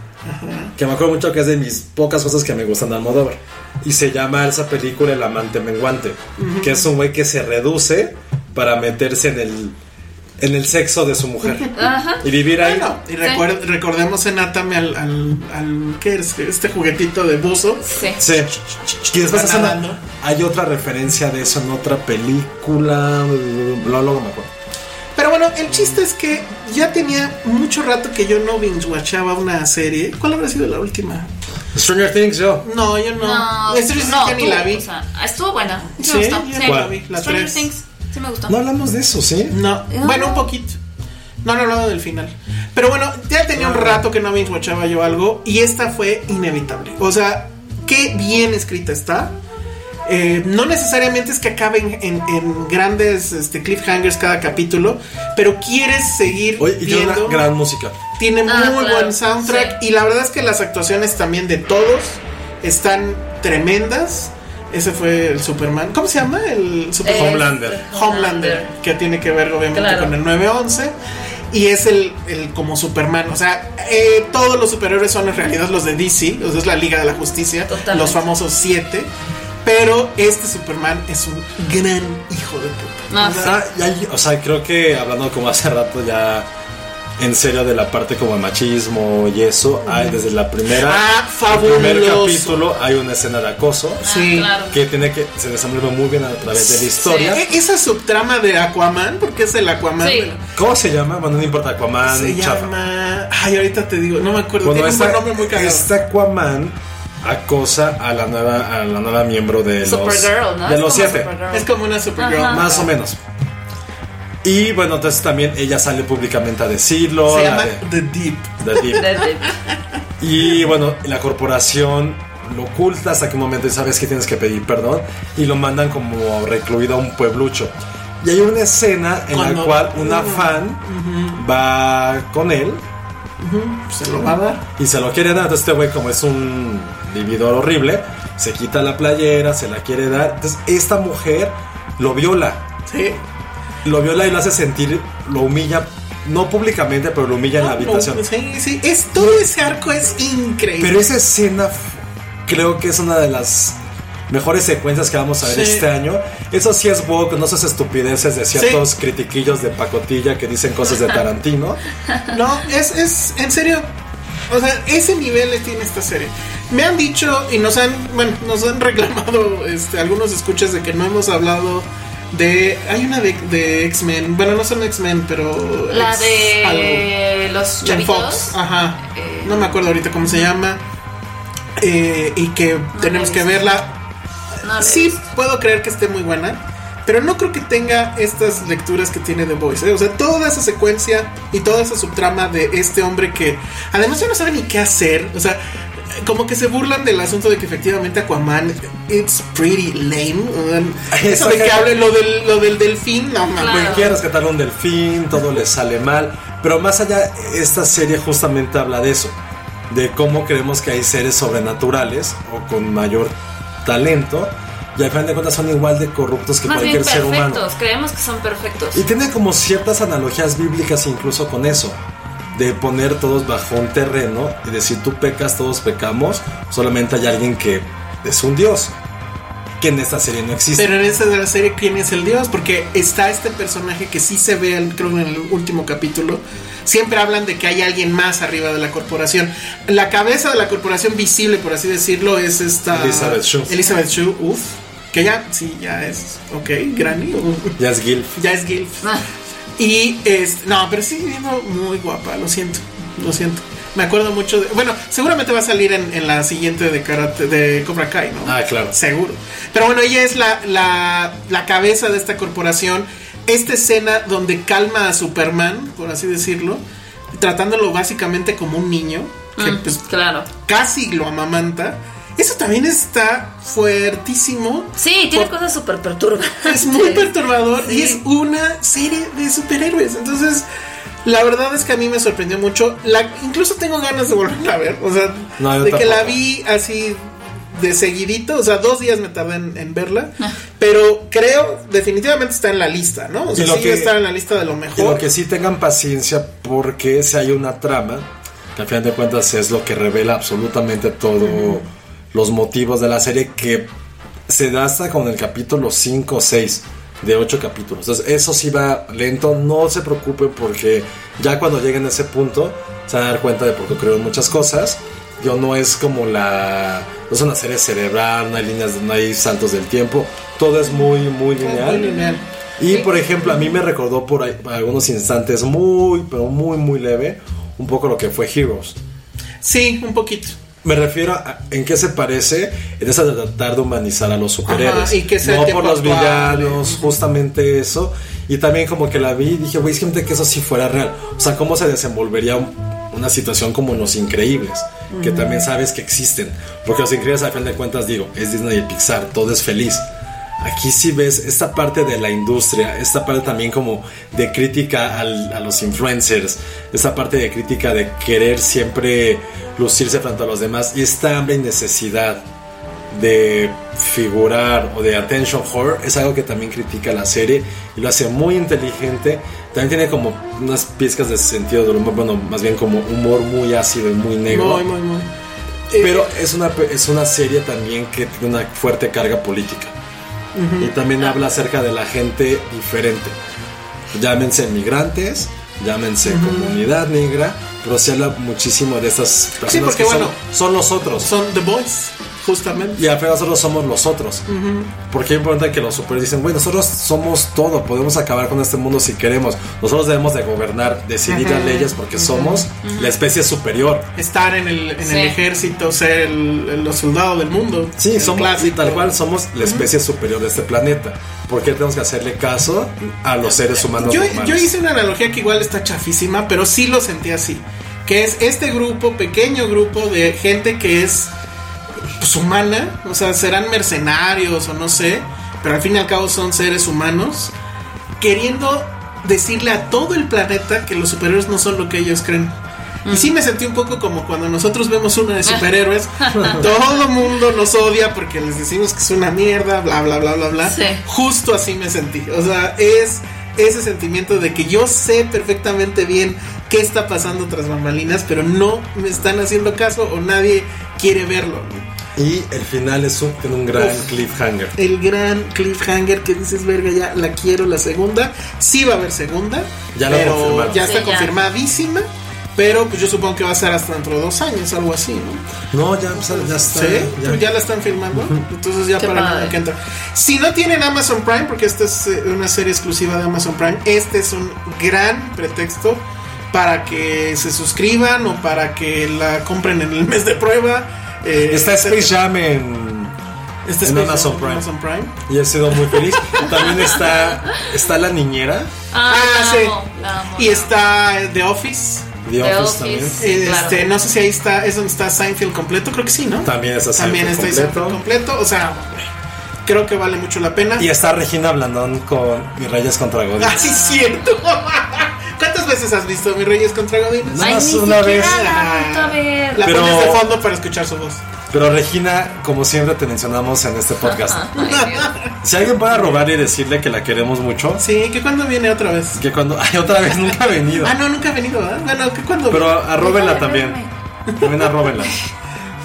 Speaker 2: Que me acuerdo mucho que es de mis pocas cosas que me gustan de Almodóvar. Y se llama esa película El amante menguante. Que es un güey que se reduce para meterse en el, en el sexo de su mujer. Y vivir ahí.
Speaker 4: Bueno, y recuer- recordemos en Atame al, al, al- ¿qué es? Este juguetito de buzo.
Speaker 3: Sí.
Speaker 2: Sí. Y después
Speaker 4: Está
Speaker 2: hacen-
Speaker 4: nadando.
Speaker 2: hay otra referencia de eso en otra película. Luego luego me acuerdo.
Speaker 4: Pero bueno, el chiste es que ya tenía mucho rato que yo no binge-watchaba una serie. ¿Cuál habrá sido la última?
Speaker 2: Stranger Things, yo.
Speaker 4: No, yo no.
Speaker 3: No,
Speaker 4: Esto yo
Speaker 3: no,
Speaker 4: ni
Speaker 3: tú,
Speaker 4: la vi.
Speaker 3: o sea, estuvo buena. Sí,
Speaker 4: Sí,
Speaker 3: me gustó.
Speaker 4: yo
Speaker 3: sí.
Speaker 4: la vi, la
Speaker 3: Stranger
Speaker 4: tres.
Speaker 3: Things, sí me gustó.
Speaker 2: No hablamos de eso, ¿sí?
Speaker 4: No,
Speaker 3: No.
Speaker 4: bueno, un poquito. No, no hablaba del final. Pero bueno, ya tenía
Speaker 2: Ah.
Speaker 4: un rato que no binge-watchaba yo algo y esta fue inevitable. O sea, qué bien escrita está. Eh, no necesariamente es que acaben en, en grandes este, cliffhangers cada capítulo, pero quieres seguir
Speaker 2: Oye, y tiene una
Speaker 4: viendo.
Speaker 2: gran música.
Speaker 4: Tiene muy
Speaker 3: Ah, claro,
Speaker 4: buen soundtrack
Speaker 3: sí.
Speaker 4: y la verdad es que las actuaciones también de todos están tremendas. Ese fue el Superman. ¿Cómo se llama? El Superman.
Speaker 3: Este,
Speaker 2: Homelander.
Speaker 4: Homelander, que tiene que ver obviamente
Speaker 3: Claro.
Speaker 4: con el 911. Y es el, el como Superman. O sea, eh, todos los superhéroes son en realidad los de DC. O sea, es la Liga de la Justicia.
Speaker 3: Totalmente.
Speaker 4: Los famosos siete. Pero este Superman es un gran hijo de puta.
Speaker 3: No,
Speaker 4: O sea,
Speaker 2: Ah, y hay- o sea, creo que hablando como hace rato ya en serio de la parte como de machismo y eso, hay desde la primera
Speaker 4: Ah,
Speaker 2: el primer
Speaker 4: fabuloso.
Speaker 2: capítulo hay una escena de acoso
Speaker 4: sí.
Speaker 3: Ah, Claro.
Speaker 2: que tiene que se desenvuelve muy bien a través de la historia.
Speaker 4: E- Esa subtrama de Aquaman, porque es el Aquaman.
Speaker 3: Sí.
Speaker 4: de-
Speaker 2: ¿Cómo se llama? Bueno, no importa, Aquaman,
Speaker 4: Se
Speaker 2: chafa.
Speaker 4: llama. Ay, ahorita te digo, no me acuerdo.
Speaker 2: Bueno,
Speaker 4: Tiene un
Speaker 2: esta,
Speaker 4: nombre muy cagado.
Speaker 2: este Aquaman acosa a la nueva a la nueva miembro de los
Speaker 3: Supergirl, ¿no?
Speaker 2: de
Speaker 3: Es
Speaker 2: los
Speaker 3: como
Speaker 2: siete.
Speaker 3: Supergirl.
Speaker 4: Es como una Supergirl.
Speaker 3: Ajá.
Speaker 2: Más o menos. Y bueno, entonces también ella sale públicamente a decirlo.
Speaker 4: Se
Speaker 2: la
Speaker 4: llama
Speaker 2: de-
Speaker 4: The Deep.
Speaker 2: de ti.
Speaker 3: Desde-
Speaker 2: y bueno, la corporación lo oculta hasta que un momento y sabes que tienes que pedir perdón. Y lo mandan como recluido a un pueblucho. Y hay una escena en la
Speaker 4: Cuando-
Speaker 2: cual una fan va con él
Speaker 4: Se lo va a dar.
Speaker 2: y se lo quiere dar. Entonces este güey como es un vividor horrible, se quita la playera, se la quiere dar. Entonces esta mujer lo viola.
Speaker 4: Sí.
Speaker 2: lo viola y lo hace sentir, lo humilla, no públicamente, pero lo humilla en la habitación.
Speaker 4: Sí, sí. Es, todo ese arco es increíble.
Speaker 2: Pero esa escena f- creo que es una de las mejores secuencias que vamos a ver
Speaker 4: Sí.
Speaker 2: este año. Eso sí es woke, no esas estupideces de ciertos critiquillos de pacotilla que dicen cosas de Tarantino.
Speaker 4: No, es, es, en serio. O sea, ese nivel le tiene esta serie. Me han dicho y nos han, bueno, nos han reclamado este, algunos escuchas de que no hemos hablado de. Hay una de, de X-Men. Bueno, no son X-Men, pero.
Speaker 3: La
Speaker 4: es algo.
Speaker 3: de los
Speaker 4: Con
Speaker 3: chavitos.
Speaker 4: Fox, ajá.
Speaker 3: Eh,
Speaker 4: no me acuerdo ahorita cómo se llama. Eh, y que tenemos
Speaker 3: la he
Speaker 4: que
Speaker 3: visto.
Speaker 4: verla.
Speaker 3: No, la-
Speaker 4: Sí, puedo creer que esté muy buena. Pero no creo que tenga estas lecturas que tiene The Voice. ¿eh? O sea, toda esa secuencia y toda esa subtrama de este hombre que además ya no sabe ni qué hacer. O sea, como que se burlan del asunto de que efectivamente Aquaman, it's pretty lame. Um, Eso de que hable lo del, lo del delfín, no mames.
Speaker 2: Güey,
Speaker 3: Claro.
Speaker 2: quiere rescatar un delfín, todo le sale mal. Pero más allá, esta serie justamente habla de eso. De cómo creemos que hay seres sobrenaturales o con mayor talento. Y al final de cuentas son igual de corruptos que
Speaker 3: Más bien
Speaker 2: cualquier ser humano.
Speaker 3: perfectos. Creemos que son perfectos.
Speaker 2: Y tiene como ciertas analogías bíblicas incluso con eso. De poner todos bajo un terreno y decir tú pecas, todos pecamos. Solamente hay alguien que es un dios. Que en esta serie no existe.
Speaker 4: Pero en esta de la serie, ¿quién es el dios? Porque está este personaje que sí se ve, creo, en el último capítulo. Siempre hablan de que hay alguien más arriba de la corporación. La cabeza de la corporación visible, por así decirlo, es esta...
Speaker 2: Elizabeth Shue.
Speaker 4: Elizabeth Shue, uff. Que ya, sí, ya es, ok, granny, uf,
Speaker 2: Ya es Gil.
Speaker 4: ya es Gilf.
Speaker 3: Ah,
Speaker 4: Y, es, no, pero sigue siendo muy guapa, lo siento, lo siento. Me acuerdo mucho de. Bueno, seguramente va a salir en, en la siguiente de karate, de Cobra Kai, ¿no?
Speaker 2: Ah, claro.
Speaker 4: Seguro. Pero bueno, ella es la, la, la cabeza de esta corporación. Esta escena donde calma a Superman, por así decirlo, tratándolo básicamente como un niño, que
Speaker 3: Mm,
Speaker 4: pues,
Speaker 3: claro.
Speaker 4: casi lo amamanta. Eso también está fuertísimo.
Speaker 3: Sí, tiene
Speaker 4: Por-
Speaker 3: cosas súper perturbadas.
Speaker 4: Es muy perturbador y
Speaker 3: Sí.
Speaker 4: es una serie de superhéroes. Entonces, la verdad es que a mí me sorprendió mucho. La, incluso tengo ganas de volverla a ver. O sea,
Speaker 2: No, yo
Speaker 4: de que la
Speaker 2: tampoco.
Speaker 4: vi así de seguidito. O sea, dos días me tardé en, en verla. Pero creo, definitivamente está en la lista, ¿no? O sea,
Speaker 2: Y lo
Speaker 4: sí
Speaker 2: que-
Speaker 4: está en la lista de
Speaker 2: Y
Speaker 4: lo
Speaker 2: lo
Speaker 4: mejor.
Speaker 2: que sí tengan paciencia porque si hay una trama, que al final de cuentas es lo que revela absolutamente todos los motivos de la serie que se da hasta con el capítulo 5 o 6 de 8 capítulos. Entonces eso sí va lento, no se preocupen porque ya cuando lleguen a ese punto se van a dar cuenta de por qué creo en muchas cosas. Yo no es como la... No es una serie cerebral, no hay líneas, no hay saltos del tiempo. Todo es muy, muy lineal.
Speaker 4: Muy lineal.
Speaker 2: Y por ejemplo, a mí me recordó por ahí- por algunos instantes muy, pero muy, muy leve, un poco lo que fue Heroes.
Speaker 4: Sí, un poquito.
Speaker 2: Me refiero a en qué se parece en esa de tratar de humanizar a los superhéroes.
Speaker 4: Ajá, y que sea
Speaker 2: no
Speaker 4: el tiempo
Speaker 2: por los
Speaker 4: actual,
Speaker 2: villanos, justamente eso. Y también como que la vi y dije, güey, es gente que eso sí fuera real. O sea, cómo se desenvolvería un- una situación como Los Increíbles, que también sabes que existen. Porque Los Increíbles, al fin de cuentas, digo, es Disney y Pixar, todo es feliz. Aquí sí ves esta parte de la industria, esta parte también como de crítica al- a los influencers, esta parte de crítica de querer siempre lucirse frente a los demás y esta hambre y necesidad de figurar o de attention horror es algo que también critica la serie y lo hace muy inteligente. También tiene como unas pizcas de sentido del humor, bueno, más bien como humor muy ácido y muy negro.
Speaker 4: Muy, muy, muy. Eh,
Speaker 2: Pero es una, pe- es una serie también que tiene una fuerte carga política. Y también habla acerca de la gente diferente. Llámense migrantes, llámense comunidad negra, pero se habla muchísimo de estas personas
Speaker 4: porque,
Speaker 2: que son-
Speaker 4: bueno,
Speaker 2: son, los otros.
Speaker 4: Son The Boys, justamente.
Speaker 2: y al final nosotros somos los otros. Porque hay un momento en que los superiores dicen, güey, nosotros somos todo, podemos acabar con este mundo si queremos. Nosotros debemos de gobernar, decidir las leyes porque somos la especie superior.
Speaker 4: Estar en el, en
Speaker 3: Sí.
Speaker 4: el ejército, ser el, el- los soldados del mundo.
Speaker 2: Sí,
Speaker 4: El
Speaker 2: somos
Speaker 4: clásico.
Speaker 2: tal cual somos la especie superior de este planeta. ¿Por qué tenemos que hacerle caso a los seres humanos?
Speaker 4: yo,
Speaker 2: normales?
Speaker 4: yo hice una analogía que igual está chafísima, pero sí lo sentí así. Que es este grupo, pequeño grupo de gente que es pues, humana, o sea, serán mercenarios o no sé, pero al fin y al cabo son seres humanos, queriendo decirle a todo el planeta que los superhéroes no son lo que ellos creen. Y sí me sentí un poco como cuando nosotros vemos una de superhéroes, todo mundo nos odia porque les decimos que es una mierda, bla, bla, bla, bla, bla.
Speaker 3: Sí.
Speaker 4: Justo así me sentí. O sea, es ese sentimiento de que yo sé perfectamente bien qué está pasando tras bambalinas, pero no me están haciendo caso o nadie quiere verlo.
Speaker 2: Y el final es un, tiene un gran
Speaker 4: Uf.
Speaker 2: cliffhanger.
Speaker 4: El gran cliffhanger que dices, verga, ya la quiero la segunda. Sí va a haber segunda,
Speaker 2: Ya la
Speaker 4: pero
Speaker 2: confirmaron.
Speaker 4: ya está
Speaker 3: Sí, ya.
Speaker 4: confirmadísima. Pero pues yo supongo que va a ser hasta dentro de dos años, algo así, ¿no?
Speaker 2: No, ya, pues, ya está.
Speaker 4: ¿Sí?
Speaker 2: ya.
Speaker 4: Pues ya la están filmando. Entonces ya
Speaker 3: Qué
Speaker 4: para el
Speaker 3: padre.
Speaker 4: año que entra. Si no tienen Amazon Prime, porque esta es eh, una serie exclusiva de Amazon Prime, este es un gran pretexto para que se suscriban o para que la compren en el mes de prueba. eh,
Speaker 2: Está Space
Speaker 4: etcétera.
Speaker 2: Jam en,
Speaker 4: Está
Speaker 2: en
Speaker 4: Space
Speaker 2: Amazon
Speaker 4: Jam,
Speaker 2: Prime.
Speaker 4: Amazon Prime.
Speaker 2: y he sido muy feliz. También está, está la niñera,
Speaker 3: Ah,
Speaker 4: Ah,
Speaker 3: la
Speaker 4: sí.
Speaker 3: amo, la amo,
Speaker 4: Y
Speaker 3: la
Speaker 4: está eh, The Office.
Speaker 2: The,
Speaker 3: The
Speaker 2: Office,
Speaker 3: Office.
Speaker 2: también.
Speaker 3: Sí,
Speaker 4: Eh,
Speaker 3: claro.
Speaker 4: este, no sé si ahí está, es donde está Seinfeld completo, creo que sí, ¿no?
Speaker 2: También está
Speaker 4: También está
Speaker 2: Seinfeld
Speaker 4: Seinfeld completo. O sea, creo que vale mucho la pena.
Speaker 2: Y está Regina Blandón con Mis Reyes contra Godín.
Speaker 4: Ah, sí, es cierto. ¿Cuántas veces has visto Mis Reyes contra Godines?
Speaker 2: Nada
Speaker 3: Ay,
Speaker 2: más
Speaker 3: ni
Speaker 2: una vez.
Speaker 3: siquiera la he vuelto a ver.
Speaker 4: La
Speaker 2: Pero-
Speaker 4: pones de fondo para escuchar su voz.
Speaker 2: Pero Regina, como siempre te mencionamos en este podcast,
Speaker 3: Ay, Dios.
Speaker 2: si alguien puede robar y decirle que la queremos mucho,
Speaker 4: Sí, que cuando viene otra vez.
Speaker 2: que cuando... Ay, otra vez nunca ha venido.
Speaker 4: Ah, no, nunca ha venido, ¿verdad? Bueno, que cuando.
Speaker 2: Pero arróbenla también. También arróbenla.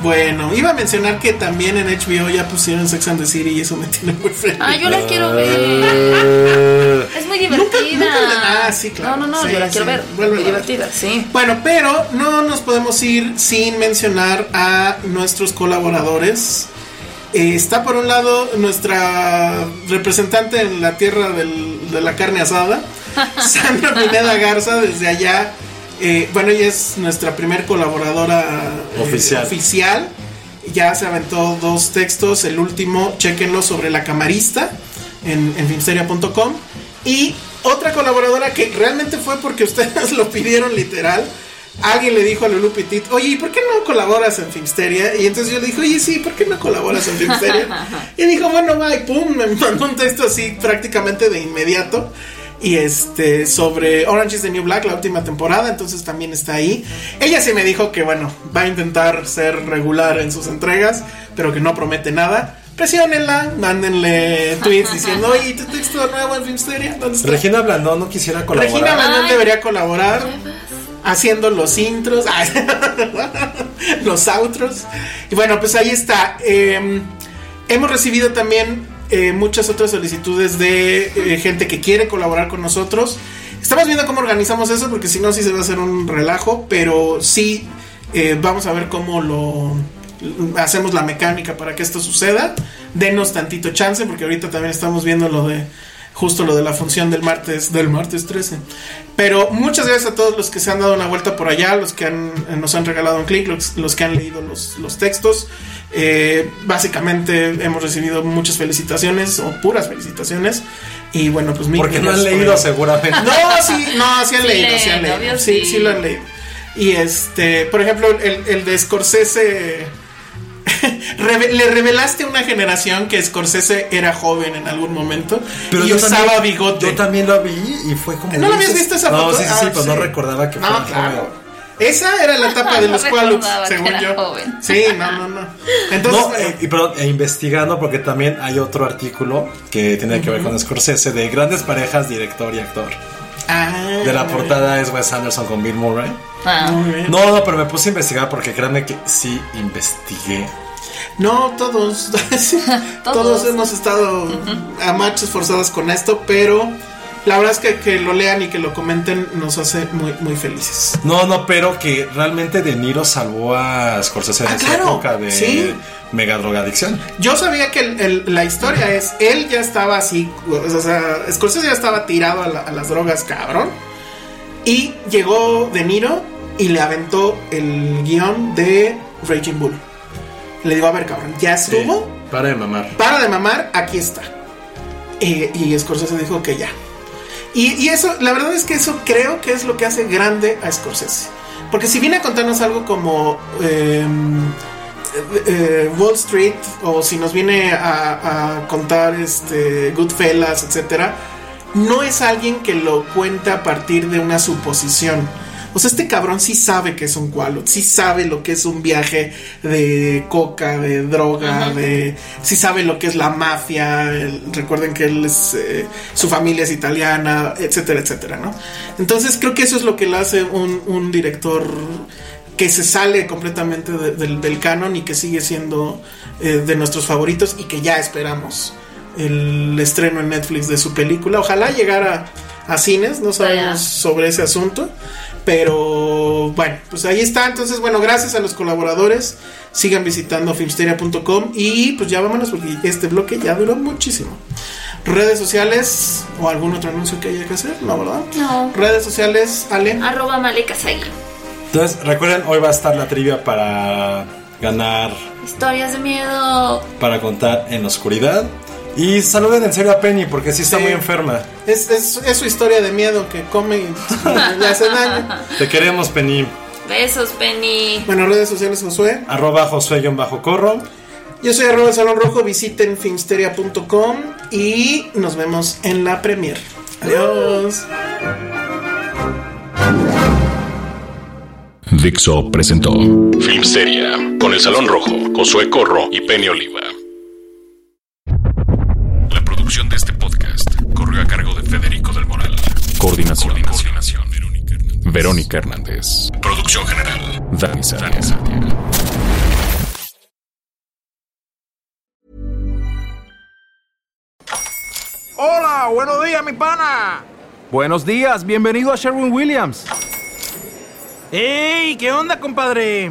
Speaker 4: Bueno, iba a mencionar que también en HBO ya pusieron Sex and the City y eso me tiene muy feliz.
Speaker 3: Ah, yo la quiero ver.
Speaker 2: Eh,
Speaker 3: Es muy divertida.
Speaker 4: nunca- ah, sí, claro.
Speaker 3: No, no, no,
Speaker 4: Sí,
Speaker 3: yo la
Speaker 4: sí,
Speaker 3: quiero ver.
Speaker 4: vuélvela
Speaker 3: muy
Speaker 4: a ver.
Speaker 3: divertida, sí.
Speaker 4: Bueno, pero no nos podemos ir sin mencionar a nuestros colaboradores. Eh, está por un lado nuestra representante en la tierra del- de la carne asada, Sandra Pineda Garza, desde allá Eh, bueno, ella es nuestra primer colaboradora eh,
Speaker 2: Oficial.
Speaker 4: oficial. Ya se aventó dos textos. El último, chequenlo sobre la camarista en, en filmsteria.com. Y otra colaboradora que realmente fue porque ustedes lo pidieron literal. Alguien le dijo a Lulu Petit, oye, ¿y por qué no colaboras en Filmsteria? Y entonces yo le dije, oye, sí, ¿por qué no colaboras en Filmsteria? y dijo, bueno, va, y pum, me mandó un texto así prácticamente de inmediato y este sobre Orange is the New Black, la última temporada, entonces también está ahí. Ella sí me dijo que bueno, va a intentar ser regular en sus entregas, pero que no promete nada. Presionenla, mándenle tweets diciendo, oye, tu texto nuevo en Filmsteria, ¿dónde está?
Speaker 2: Regina Blandón no quisiera colaborar.
Speaker 4: Regina Manuel
Speaker 3: Ay.
Speaker 4: debería colaborar haciendo los intros, ay, los outros. Y bueno, pues ahí está. Eh, hemos recibido también eh, muchas otras solicitudes de eh, gente que quiere colaborar con nosotros. Estamos viendo cómo organizamos eso porque si no, sí se va a hacer un relajo, pero sí eh, vamos a ver cómo lo hacemos la mecánica para que esto suceda. Denos tantito chance porque ahorita también estamos viendo lo de justo lo de la función del martes del martes 13. Pero muchas gracias a todos los que se han dado una vuelta por allá, los que han, eh, nos han regalado un clic, los, los que han leído los, los textos. Eh, básicamente hemos recibido muchas felicitaciones o puras felicitaciones. Y bueno, pues mil
Speaker 2: Porque no han
Speaker 4: gracias por
Speaker 2: leído
Speaker 4: ello.
Speaker 2: seguramente.
Speaker 4: No, sí, no, sí han
Speaker 3: Sí
Speaker 4: leído,
Speaker 3: leen,
Speaker 4: sí han leído.
Speaker 3: obvio
Speaker 4: Sí,
Speaker 3: sí.
Speaker 4: sí lo han leído. Y este, por ejemplo, el, el de Scorsese. reve- le revelaste a una generación que Scorsese era joven en algún momento y usaba
Speaker 2: también,
Speaker 4: bigote.
Speaker 2: Yo también lo vi y fue como.
Speaker 4: ¿No lo habías
Speaker 2: dices-
Speaker 4: visto esa
Speaker 2: No,
Speaker 4: foto?
Speaker 2: sí, sí,
Speaker 4: Ah,
Speaker 2: sí, pero no
Speaker 4: sí.
Speaker 2: recordaba que
Speaker 4: No,
Speaker 2: fue.
Speaker 4: claro. Esa era la etapa de los
Speaker 3: No
Speaker 4: Qualups,
Speaker 3: recordaba que
Speaker 4: según
Speaker 3: era
Speaker 4: yo.
Speaker 3: joven.
Speaker 4: Sí, no, no, no. Entonces,
Speaker 2: No, eh, y perdón, e investigando, porque también hay otro artículo que tiene que ver con Scorsese de grandes parejas, director y actor.
Speaker 4: ah,
Speaker 2: De la portada es Wes Anderson con Bill Murray.
Speaker 3: Ah.
Speaker 4: muy bien.
Speaker 2: No, no, pero me puse a investigar porque créanme que sí investigué.
Speaker 4: No, todos, sí, todos.
Speaker 3: Todos.
Speaker 4: hemos estado a marchas forzadas con esto, pero la verdad es que que lo lean y que lo comenten nos hace muy, muy felices.
Speaker 2: No, no, pero que realmente De Niro salvó a Scorsese en
Speaker 4: Ah,
Speaker 2: esa
Speaker 4: claro,
Speaker 2: época de
Speaker 4: sí.
Speaker 2: mega drogadicción.
Speaker 4: Yo sabía que el- el- la historia es, él ya estaba así, o sea, Scorsese ya estaba tirado a, la- a las drogas, cabrón, y llegó De Niro y le aventó el guión de Raging Bull. Le digo, a ver, cabrón, ya estuvo.
Speaker 2: Sí, para de mamar.
Speaker 4: para de mamar, aquí está. Eh, y Scorsese dijo que ya. Y, y eso, la verdad es que eso creo que es lo que hace grande a Scorsese. Porque si viene a contarnos algo como em, eh, Wall Street o si nos viene a, a contar este Goodfellas, etcétera, no es alguien que lo cuenta a partir de una suposición. O sea, este cabrón sí sabe que es un cualot, sí sabe lo que es un viaje de coca, de droga, de sí sabe lo que es la mafia. el- recuerden que él es eh, su familia es italiana, etcétera, etcétera, ¿no? Entonces creo que eso es lo que le hace un, un director que se sale completamente de- del, del canon y que sigue siendo eh, de nuestros favoritos y que ya esperamos el estreno en Netflix de su película. Ojalá llegara a cines, no sabemos
Speaker 3: Ojalá.
Speaker 4: sobre ese asunto, pero bueno, pues ahí está. Entonces, bueno, gracias a los colaboradores. Sigan visitando filmsteria.com y pues ya vámonos porque este bloque ya duró muchísimo. Redes sociales o algún otro anuncio que haya que hacer, ¿no, verdad?
Speaker 3: No.
Speaker 4: Redes sociales, Ale.
Speaker 3: Arroba Malika Sagui.
Speaker 2: Entonces, recuerden, hoy va a estar la trivia para ganar,
Speaker 3: Historias de miedo.
Speaker 2: para contar en la oscuridad. Y saluden en serio a Penny porque sí está
Speaker 4: Sí.
Speaker 2: muy enferma.
Speaker 4: Es, es, es su historia de miedo que come y le hace daño.
Speaker 2: Te queremos, Penny.
Speaker 3: Besos, Penny.
Speaker 4: Bueno, redes sociales, Josué.
Speaker 2: Arroba Josué-Corro.
Speaker 4: Yo soy arroba el Salón Rojo. Visiten finsteria.com y nos vemos en la premier. Adiós.
Speaker 5: Dixo presentó Filmsteria con el Salón Rojo, Josué Corro y Penny Oliva. La producción de este podcast corrió a cargo de Federico del Moral. Coordinación. Verónica Hernández. Producción general. Dani Sarabia.
Speaker 6: Hola, buenos días, mi pana. Buenos días, bienvenido a Sherwin Williams. ¡Ey! ¿Qué onda, compadre?